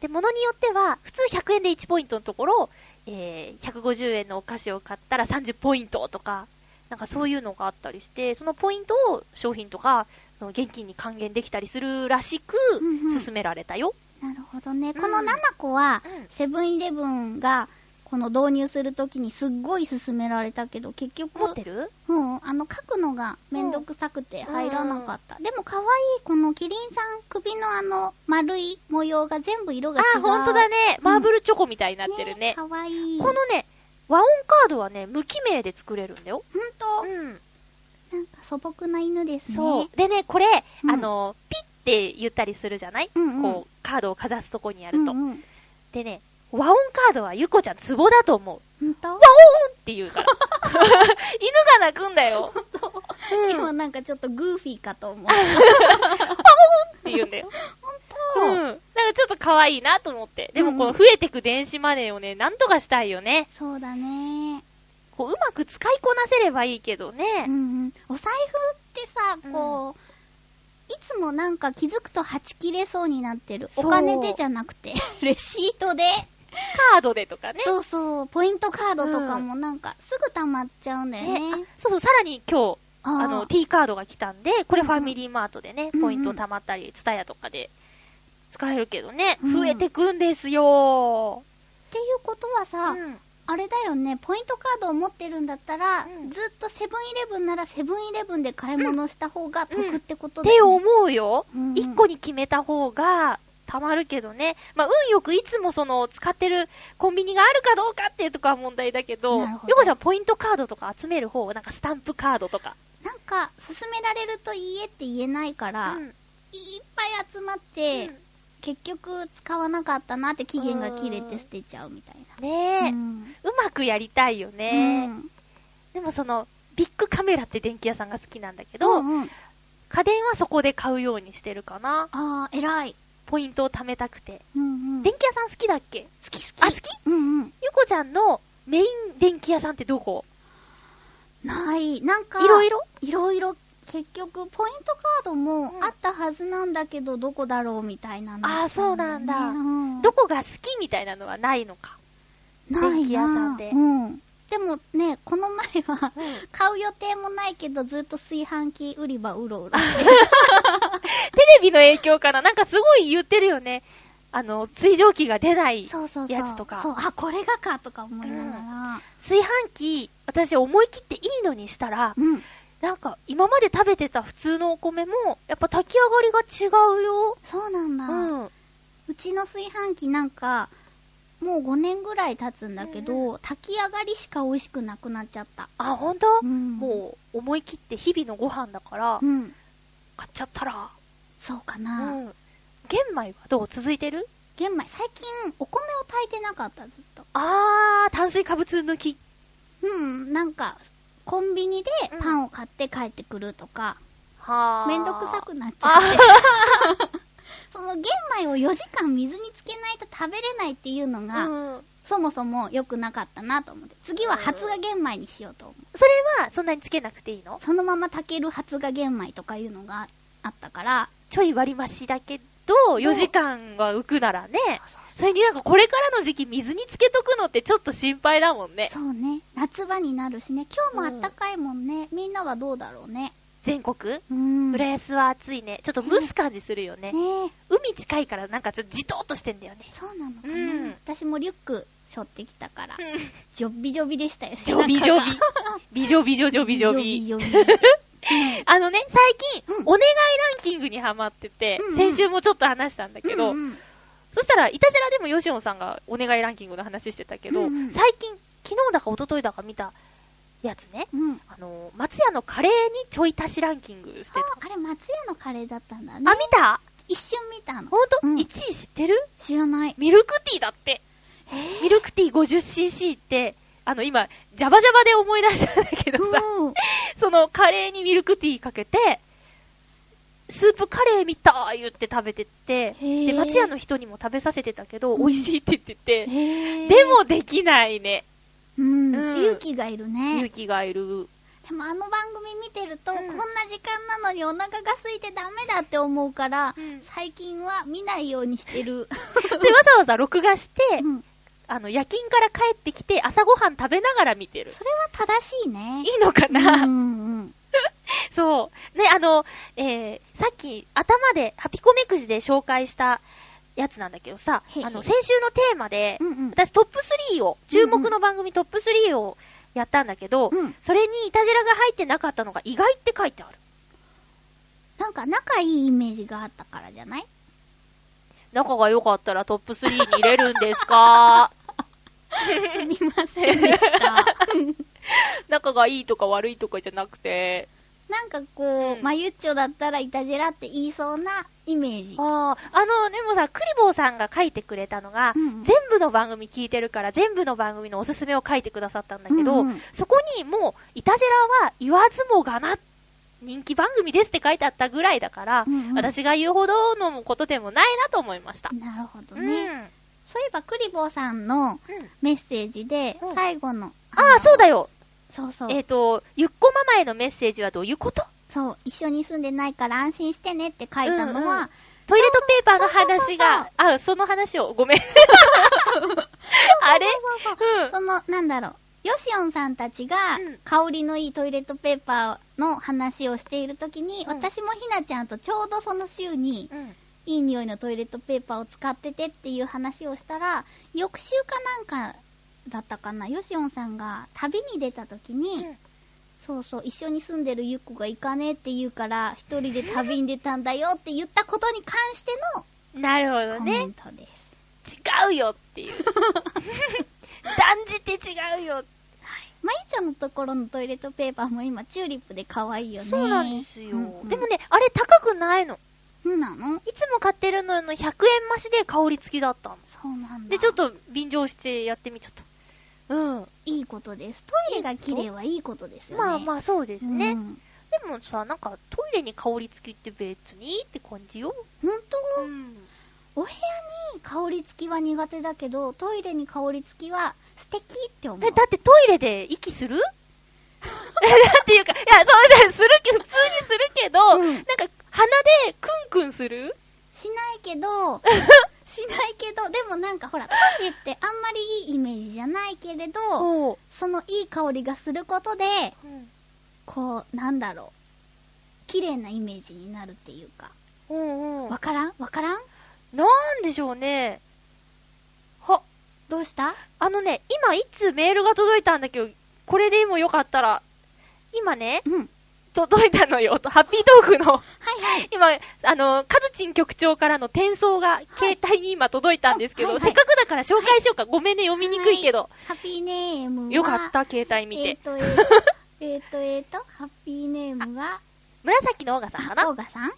Speaker 3: で、物によっては、普通100円で1ポイントのところ、えー、150円のお菓子を買ったら30ポイントとか、なんかそういうのがあったりして、そのポイントを商品とか、その現金に還元できたりするらしく
Speaker 1: うんうん、
Speaker 3: 勧められたよ。
Speaker 1: なるほどね。
Speaker 3: うん
Speaker 1: この7個は、
Speaker 3: うん
Speaker 1: セブンイレブンが、この導入するときにすっごい勧められたけど、結局、
Speaker 3: 持ってる
Speaker 1: うん、あの、書くのがめんどくさくて入らなかった。でも可愛い、このキリンさん首のあの、丸い模様が全部色が違う。
Speaker 3: あ、ほんとだ
Speaker 1: ね。
Speaker 3: ね。マーブルチョコみたいになってるね。
Speaker 1: 可愛い。
Speaker 3: このね、和音カードはね、無記名で作れるんだよ。
Speaker 1: ほんと、
Speaker 3: うん。
Speaker 1: なんか素朴な犬ですね。
Speaker 3: そう。でね、これ、
Speaker 1: うん
Speaker 3: あの、ピッて言ったりするじゃない、
Speaker 1: うんうん
Speaker 3: こう、カードをかざすとこにやると。
Speaker 1: うんうん。
Speaker 3: でね、和音カードはゆこちゃんツボだと思う。
Speaker 1: ほんと
Speaker 3: 和音って言う から。犬が鳴くんだよ。うん、
Speaker 1: 今
Speaker 3: っ
Speaker 1: なんかちょっとグーフィーかと思う。
Speaker 3: て言うんだよ。
Speaker 1: ほ
Speaker 3: うんん。
Speaker 1: と
Speaker 3: なんかちょっと可愛いなと思って。でもこ
Speaker 1: うんう
Speaker 3: の
Speaker 1: ん
Speaker 3: 増えてく電子マネーをね、なんとかしたいよね。
Speaker 1: そうだね。
Speaker 3: こう、うまく使いこなせればいいけどね。
Speaker 1: うんうん、お財布ってさ
Speaker 3: うん
Speaker 1: こう、いつもなんか気づくとはち切れそうになってるお
Speaker 3: そう
Speaker 1: 金でじゃなくて レシートで、
Speaker 3: カードでとかね。
Speaker 1: そうそうポイントカードとかもなんかすぐ溜まっちゃうんだよね、
Speaker 3: ねあそうそう、さらに今日、
Speaker 1: あー
Speaker 3: あの、T カードが来たんで、これファミリーマートでね、
Speaker 1: うんうん
Speaker 3: ポイント貯まったり、ツタヤとかで使えるけどね、
Speaker 1: うん
Speaker 3: 増えてくんですよ
Speaker 1: っていうことはさ、
Speaker 3: うん
Speaker 1: あれだよねポイントカードを持ってるんだったら、
Speaker 3: うん
Speaker 1: ずっとセブンイレブンならセブンイレブンで買い物した方が得ってこと
Speaker 3: っ
Speaker 1: だ
Speaker 3: て
Speaker 1: よ
Speaker 3: 思
Speaker 1: ね、
Speaker 3: うよ
Speaker 1: うんうん
Speaker 3: 一、個に決めた方が、貯まるけどね。まあ、運よくいつもその、使ってるコンビニがあるかどうかっていうとこは問題だけど、
Speaker 1: な
Speaker 3: よ
Speaker 1: るほど
Speaker 3: こちゃんポイントカードとか集める方、なんかスタンプカードとか。
Speaker 1: なんか勧められるといいえって言えないから、
Speaker 3: う
Speaker 1: いっ
Speaker 3: ん
Speaker 1: ぱい集まって、結局使わなかったなって期限が切れて捨てちゃうみたいな。
Speaker 3: ねえ、う
Speaker 1: う
Speaker 3: んまくやりたいよ
Speaker 1: う
Speaker 3: ね。
Speaker 1: ん
Speaker 3: でもその、ビッグカメラって電気屋さんが好きなんだけど、
Speaker 1: うんうん
Speaker 3: 家電はそこで買うようにしてるかな。
Speaker 1: あー、偉い。
Speaker 3: ポイントを貯めたくて。
Speaker 1: うんうん、
Speaker 3: 電気屋さん好きだっけ
Speaker 1: 好き好き。
Speaker 3: あ、好き
Speaker 1: うんうん。
Speaker 3: ゆこちゃんのメイン電気屋さんってどこ
Speaker 1: ない。なんか、
Speaker 3: いろいろ
Speaker 1: いろいろ結局、ポイントカードも
Speaker 3: うん
Speaker 1: あったはずなんだけど、どこだろうみたいなの。
Speaker 3: あーそうなんだ
Speaker 1: うん
Speaker 3: どこが好きみたいなのはないのか。
Speaker 1: ないな
Speaker 3: 電気屋さんで
Speaker 1: うん。でもね、この前は、
Speaker 3: うん
Speaker 1: 買う予定もないけど、ずっと炊飯器売り場うろうろして。
Speaker 3: テレビの影響かななんかすごい言ってるよね。あの、水蒸気が出ない。
Speaker 1: そうそうそう。
Speaker 3: やつとか
Speaker 1: そう、あ、これがかとか思いなが
Speaker 3: 炊飯器、私思い切っていいのにしたら、
Speaker 1: ら。うん。
Speaker 3: なんか今まで食べてた普通のお米も、やっぱ炊き上がりが違うよ。
Speaker 1: そうなんだ。
Speaker 3: うん。
Speaker 1: うちの炊飯器なんか、もう5年ぐらい経つんだけど、
Speaker 3: うん
Speaker 1: 炊き上がりしか美味しくなくなっちゃった。
Speaker 3: あ、ほんと、
Speaker 1: うん。
Speaker 3: もう思い切って日々のご飯だから
Speaker 1: う。、ん。
Speaker 3: 買っちゃったら。
Speaker 1: そうか
Speaker 3: う
Speaker 1: な。
Speaker 3: ん。玄米はどう続いてる
Speaker 1: 玄米、最近お米を炊いてなかった、ずっと。
Speaker 3: あー、炭水化物抜き。
Speaker 1: うん、なんか、コンビニで
Speaker 3: うん
Speaker 1: パンを買って帰ってくるとか、
Speaker 3: はー
Speaker 1: めんどくさくなっちゃ
Speaker 3: あ
Speaker 1: って。 その玄米を4時間水につけないと食べれないっていうのが、
Speaker 3: うん。
Speaker 1: そもそも良くなかったなと思って。次は発芽玄米にしようと思う。
Speaker 3: それは、そんなにつけなくていいの
Speaker 1: そのまま炊ける発芽玄米とかいうのがあったから、
Speaker 3: ちょい割り増しだけど、4時間は浮くならね。それになんかこれからの時期水につけとくのってちょっと心配だもんね。
Speaker 1: そうね、夏場になるしね、今日もあったかいもんね、みんなはどうだろうね。
Speaker 3: 全国
Speaker 1: うん。
Speaker 3: 浦
Speaker 1: ね
Speaker 3: 安は暑いね。ちょっと蒸す感じするよね。
Speaker 1: え、
Speaker 3: 海近いからなんかちょっとじとっとしてんだよね。
Speaker 1: そうなのかな、
Speaker 3: うん
Speaker 1: 私もリュック背負ってきたから、ジョッビジョビでしたよ、
Speaker 3: ジョビジョ
Speaker 1: 背中が。
Speaker 3: ビ。ビジョビジョジョビジョ
Speaker 1: ジ
Speaker 3: ビ。
Speaker 1: ョビジョビ。
Speaker 3: あのね、最近、
Speaker 1: うん
Speaker 3: お願いランキングにハマってて、
Speaker 1: うんうん
Speaker 3: 先週もちょっと話したんだけど、
Speaker 1: うんうん
Speaker 3: そしたら、いたじらでもヨシオンさんがお願いランキングの話してたけど、
Speaker 1: うんうん
Speaker 3: 最近、昨日だか一昨日だか見たやつね、
Speaker 1: うん。
Speaker 3: あの、松屋のカレーにちょい足しランキングしてた。
Speaker 1: ああれ、松屋のカレーだったんだね。
Speaker 3: あ、見た
Speaker 1: 一瞬見たの。
Speaker 3: ほんと、
Speaker 1: うん
Speaker 3: ?1 位知ってる
Speaker 1: 知らない。
Speaker 3: ミルクティーだって。ミルクティー 50cc って、あの今、ジャバジャバで思い出したんだけどさ、
Speaker 1: うん
Speaker 3: そのカレーにミルクティーかけて、スープカレーみたい言って食べてって、
Speaker 1: へー
Speaker 3: で、松屋の人にも食べさせてたけど、
Speaker 1: うん
Speaker 3: 美味しいって言ってて、
Speaker 1: へー
Speaker 3: で、もできないね、
Speaker 1: うん、
Speaker 3: うん
Speaker 1: 勇気がいる
Speaker 3: 勇
Speaker 1: ね。
Speaker 3: 気がいる。
Speaker 1: でもあの番組見てると、
Speaker 3: うん
Speaker 1: こんな時間なのにお腹が空いてダメだって思うから、
Speaker 3: うん
Speaker 1: 最近は見ないようにしてる。
Speaker 3: で、わざわざ録画して、
Speaker 1: うん。
Speaker 3: あの、夜勤から帰ってきて、朝ごはん食べながら見てる。
Speaker 1: それは正しい
Speaker 3: い。
Speaker 1: ね
Speaker 3: いのかな、
Speaker 1: うんうん。
Speaker 3: そう。ね、あの、えー、さっき頭で、ハピコメくじで紹介したやつなんだけどさ
Speaker 1: へ、い
Speaker 3: あの、先週のテーマで、
Speaker 1: うんうん。
Speaker 3: 私トップ3を、注目の番組トップ3をやったんだけど、
Speaker 1: うん
Speaker 3: それにイタジラが入ってなかったのが意外って書いてある。
Speaker 1: なんか仲いいイメージがあったからじ ゃない
Speaker 3: 仲が良かったらトップ3に入れるんです か
Speaker 1: すみません でした。
Speaker 3: 仲がいいとか悪いとかじゃなくて。
Speaker 1: なんかこ
Speaker 3: う
Speaker 1: う、
Speaker 3: ん
Speaker 1: まゆっちょだったらいたじらって言いそうなイメージ。
Speaker 3: ああ、あの、でもさ、クリボーさんが書いてくれたのが、
Speaker 1: うんうん
Speaker 3: 全部の番組聞いてるから、全部の番組のおすすめを書いてくださったんだけど、
Speaker 1: うんうん
Speaker 3: そこにもう、イタジラは言わずもがな、人気番組ですって書いてあったぐらいだから、
Speaker 1: うんうん
Speaker 3: 私が言うほどのことでもないなと思いました。
Speaker 1: なるほど
Speaker 3: う
Speaker 1: ね。
Speaker 3: ん。
Speaker 1: そういえば、クリボーさんの
Speaker 3: うん
Speaker 1: メッセージで
Speaker 3: う、ん
Speaker 1: 最後の。
Speaker 3: ああ、そうだよ。
Speaker 1: そうそう。
Speaker 3: えっ、と、ゆっこママへのメッセージはどういうこと
Speaker 1: そう、一緒に住んでないから安心してねって書いたの
Speaker 3: うんうん
Speaker 1: は、
Speaker 3: トイレットペーパーの話が、あ、その話を、 ごめん。あれ
Speaker 1: そうそう
Speaker 3: うん。
Speaker 1: その、なんだろう。ヨシオンさんたちが
Speaker 3: うん、
Speaker 1: 香りのいいトイレットペーパーの話をしているときに、
Speaker 3: うん
Speaker 1: 私もひなちゃんとちょうどその週に、
Speaker 3: うん
Speaker 1: いい匂いのトイレットペーパーを使っててっていう話をしたら、翌週かなんかだったかな、ヨシオンさんが旅に出た時に、
Speaker 3: うん
Speaker 1: そうそう、一緒に住んでるゆっこが行かねえって言うから、一人で旅に出たんだよって言ったことに関して
Speaker 3: なるほ
Speaker 1: の
Speaker 3: ど
Speaker 1: コ
Speaker 3: ね
Speaker 1: メ。ントです。
Speaker 3: 違うよっていう。 断じて違うよ。
Speaker 1: まゆちゃんのところのトイレットペーパーも今、チューリップで可愛いよね。
Speaker 3: そうなんですよ。
Speaker 1: うんうん
Speaker 3: でもね、あれ高くないの。
Speaker 1: そうなの
Speaker 3: いつも買ってるのの100円増しで香り付きだったの。
Speaker 1: そうなんだ。
Speaker 3: で、ちょっと便乗してやってみちゃった。うん。
Speaker 1: いいことです。トイレが綺麗はいいことですよね。
Speaker 3: まあまあそうですね。
Speaker 1: うん
Speaker 3: でもさ、なんかトイレに香り付きって別にって感じよ。
Speaker 1: 本当
Speaker 3: うん。
Speaker 1: お部屋に香り付きは苦手だけど、トイレに香り付きは素敵って思う。
Speaker 3: え、だってトイレで息す るえだっていうか、いや、そうだ、するけど、普通にするけど、
Speaker 1: うん
Speaker 3: なんか、鼻でクンクンする
Speaker 1: しない けど、しないけど、でもなんかほら、トイレってあんまりいいイメージじゃないけれど、
Speaker 3: そ
Speaker 1: そのいい香りがすることで、
Speaker 3: う。うん。
Speaker 1: こう、なんだろう。綺麗なイメージになるっていうか。
Speaker 3: うんうん。
Speaker 1: わからんわからん
Speaker 3: なんでしょうね。は、
Speaker 1: どうした
Speaker 3: あのね、今、いつメールが届いたんだけど、これでもよかったら、今ね、
Speaker 1: うん。はい
Speaker 3: 届いたのよ、と ハッピートークの、
Speaker 1: はい。
Speaker 3: 今、あの、カズチン局長からの転送が、携帯に今届いたんですけど、
Speaker 1: あはいは
Speaker 3: せ
Speaker 1: い
Speaker 3: っかくだから紹介しようか。ごめんね、読みにくいけど。
Speaker 1: ハッピーネームは。
Speaker 3: よかっ。た、携帯見。
Speaker 1: えってと、えっと、えっと、えっと、ハッピーネームが、
Speaker 3: 紫のオーガさんかな
Speaker 1: オ
Speaker 3: うん。
Speaker 1: ーガさん
Speaker 3: ハ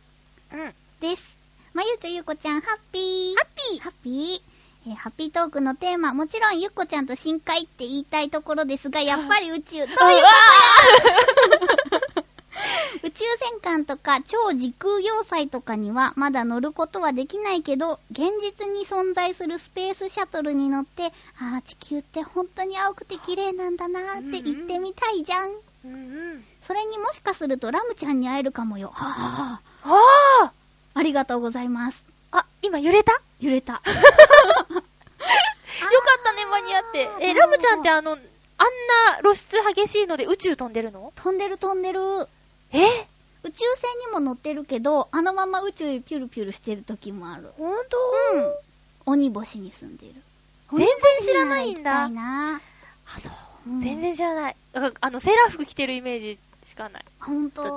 Speaker 1: です。まゆちょゆうこちゃん、ハッピー。
Speaker 3: ッピー
Speaker 1: ハッピー。えーハッピートークのテーマ、もちろんゆっこちゃんと深海って言いたいところですが、やっぱり宇宙。ということや 宇宙戦艦とか超時空要塞とかにはまだ乗ることはできないけど、現実に存在するスペースシャトルに乗って、ああ、地球って本当に青くて綺麗なんだなーって言ってみたいじゃん。
Speaker 3: うんうん。
Speaker 1: それにもしかするとラムちゃんに会えるかもよ。はあはあ、
Speaker 3: ああ
Speaker 1: ありがとうございます。
Speaker 3: あ、今揺れたよ
Speaker 1: 揺れ た。
Speaker 3: かったね、間に合って。え、
Speaker 1: なる
Speaker 3: ラ
Speaker 1: ほど
Speaker 3: ムちゃんってあの、あんな露出激しいので宇宙飛んでるの
Speaker 1: 飛んでる飛んでる。
Speaker 3: え
Speaker 1: 宇宙船にも乗ってるけど、あのまま宇宙へピュルピュルしてる時もある。
Speaker 3: ほんと
Speaker 1: うん。鬼星に住んでる。
Speaker 3: 全然知らないんだ
Speaker 1: 鬼星なら行きたいな。
Speaker 3: あ、そう。
Speaker 1: うん
Speaker 3: 全然知らない。ああの、セーラー服着てるイメージしかない。
Speaker 1: ほん
Speaker 3: ダ
Speaker 1: と
Speaker 3: ーリンっ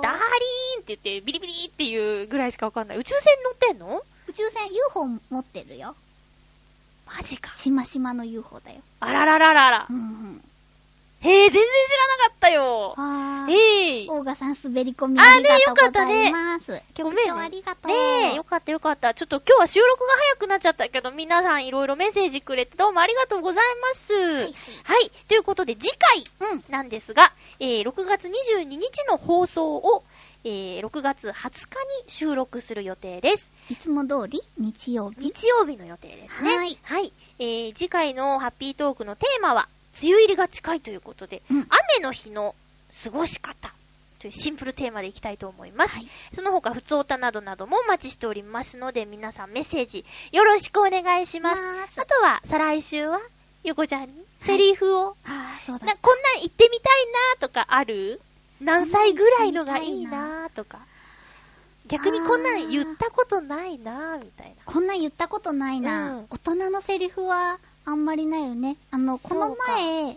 Speaker 3: て言って、ビリビリっていうぐらいしかわかんない。宇宙船乗ってんの
Speaker 1: 宇宙船 UFO 持ってるよ。
Speaker 3: マジか。
Speaker 1: しましまの UFO だよ。
Speaker 3: あららららら
Speaker 1: う。んうん。
Speaker 3: へえ、全然知らなかったよ。
Speaker 1: はーい。
Speaker 3: えい。
Speaker 1: 大賀さん滑り込み
Speaker 3: あー
Speaker 1: ありがとうご
Speaker 3: ね
Speaker 1: ざい
Speaker 3: よ
Speaker 1: ます。
Speaker 3: ご
Speaker 1: 局
Speaker 3: めんね
Speaker 1: 長ありがとう。
Speaker 3: ねえ、よかったよかった。ちょっと今日は収録が早くなっちゃったけど、皆さんいろいろメッセージくれてどうもありがとうございます。はいということで次
Speaker 1: う
Speaker 3: 回
Speaker 1: ん
Speaker 3: なんですが、えー6月22日の放送を、えー6月20日に収録する予定です。
Speaker 1: いつも通り日曜日。
Speaker 3: 日曜日の予定ですね。
Speaker 1: はい
Speaker 3: えー次回のハッピートークのテーマは、梅雨入りが近いということで、
Speaker 1: うん
Speaker 3: 雨の日の過ごし方というシンプルテーマでいきたいと思います。
Speaker 1: はい
Speaker 3: その他、普通歌などなどもお待ちしておりますので、皆さんメッセージよろしくお願いします。
Speaker 1: ます
Speaker 3: あとは、再来週は、ゆこちゃんにセリフを、
Speaker 1: あー、そうだ
Speaker 3: な。こんなん言ってみたいなとかある何歳ぐらいのがいいなとか。逆にこんなん言ったことないなみたいな。
Speaker 1: こんなん言ったことないな。
Speaker 3: うん
Speaker 1: 大人のセリフはあんまりないよね。あの、この前、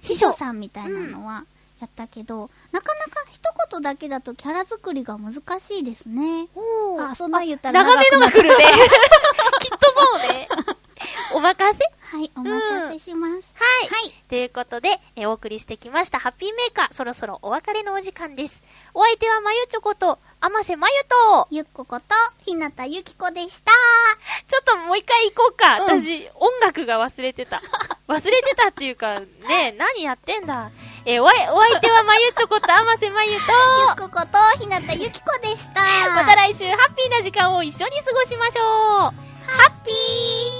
Speaker 1: 秘
Speaker 3: 秘
Speaker 1: 書
Speaker 3: 書
Speaker 1: さんみたいなのはやったけど、なかなか一言だけだとキャラ作りが難しいですね。
Speaker 3: おー
Speaker 1: あ、そんなん言ったら
Speaker 3: 長め
Speaker 1: く
Speaker 3: の
Speaker 1: な
Speaker 3: が
Speaker 1: る
Speaker 3: 来るね。きっとそうね。 お任せ
Speaker 1: はい、お任せします。
Speaker 3: はい。
Speaker 1: はい。
Speaker 3: ということで、えーお送りしてきましたハッピーメーカー、そろそろお別れのお時間です。お相手はまゆちょこと、あませまゆと、
Speaker 1: ゆっここと、ひなたゆきこでした。
Speaker 3: ちょっともう一回行こうか。
Speaker 1: うん
Speaker 3: 私、音楽が忘れて た。忘れてたっていうか、ねえ、何やってんだ。えーおえ、お相手はまゆちょこと、あませ まゆと、
Speaker 1: ゆっここと、ひなたゆきこでした。
Speaker 3: また来週、ハッピーな時間を一緒に過ごしましょう。
Speaker 1: ハッピー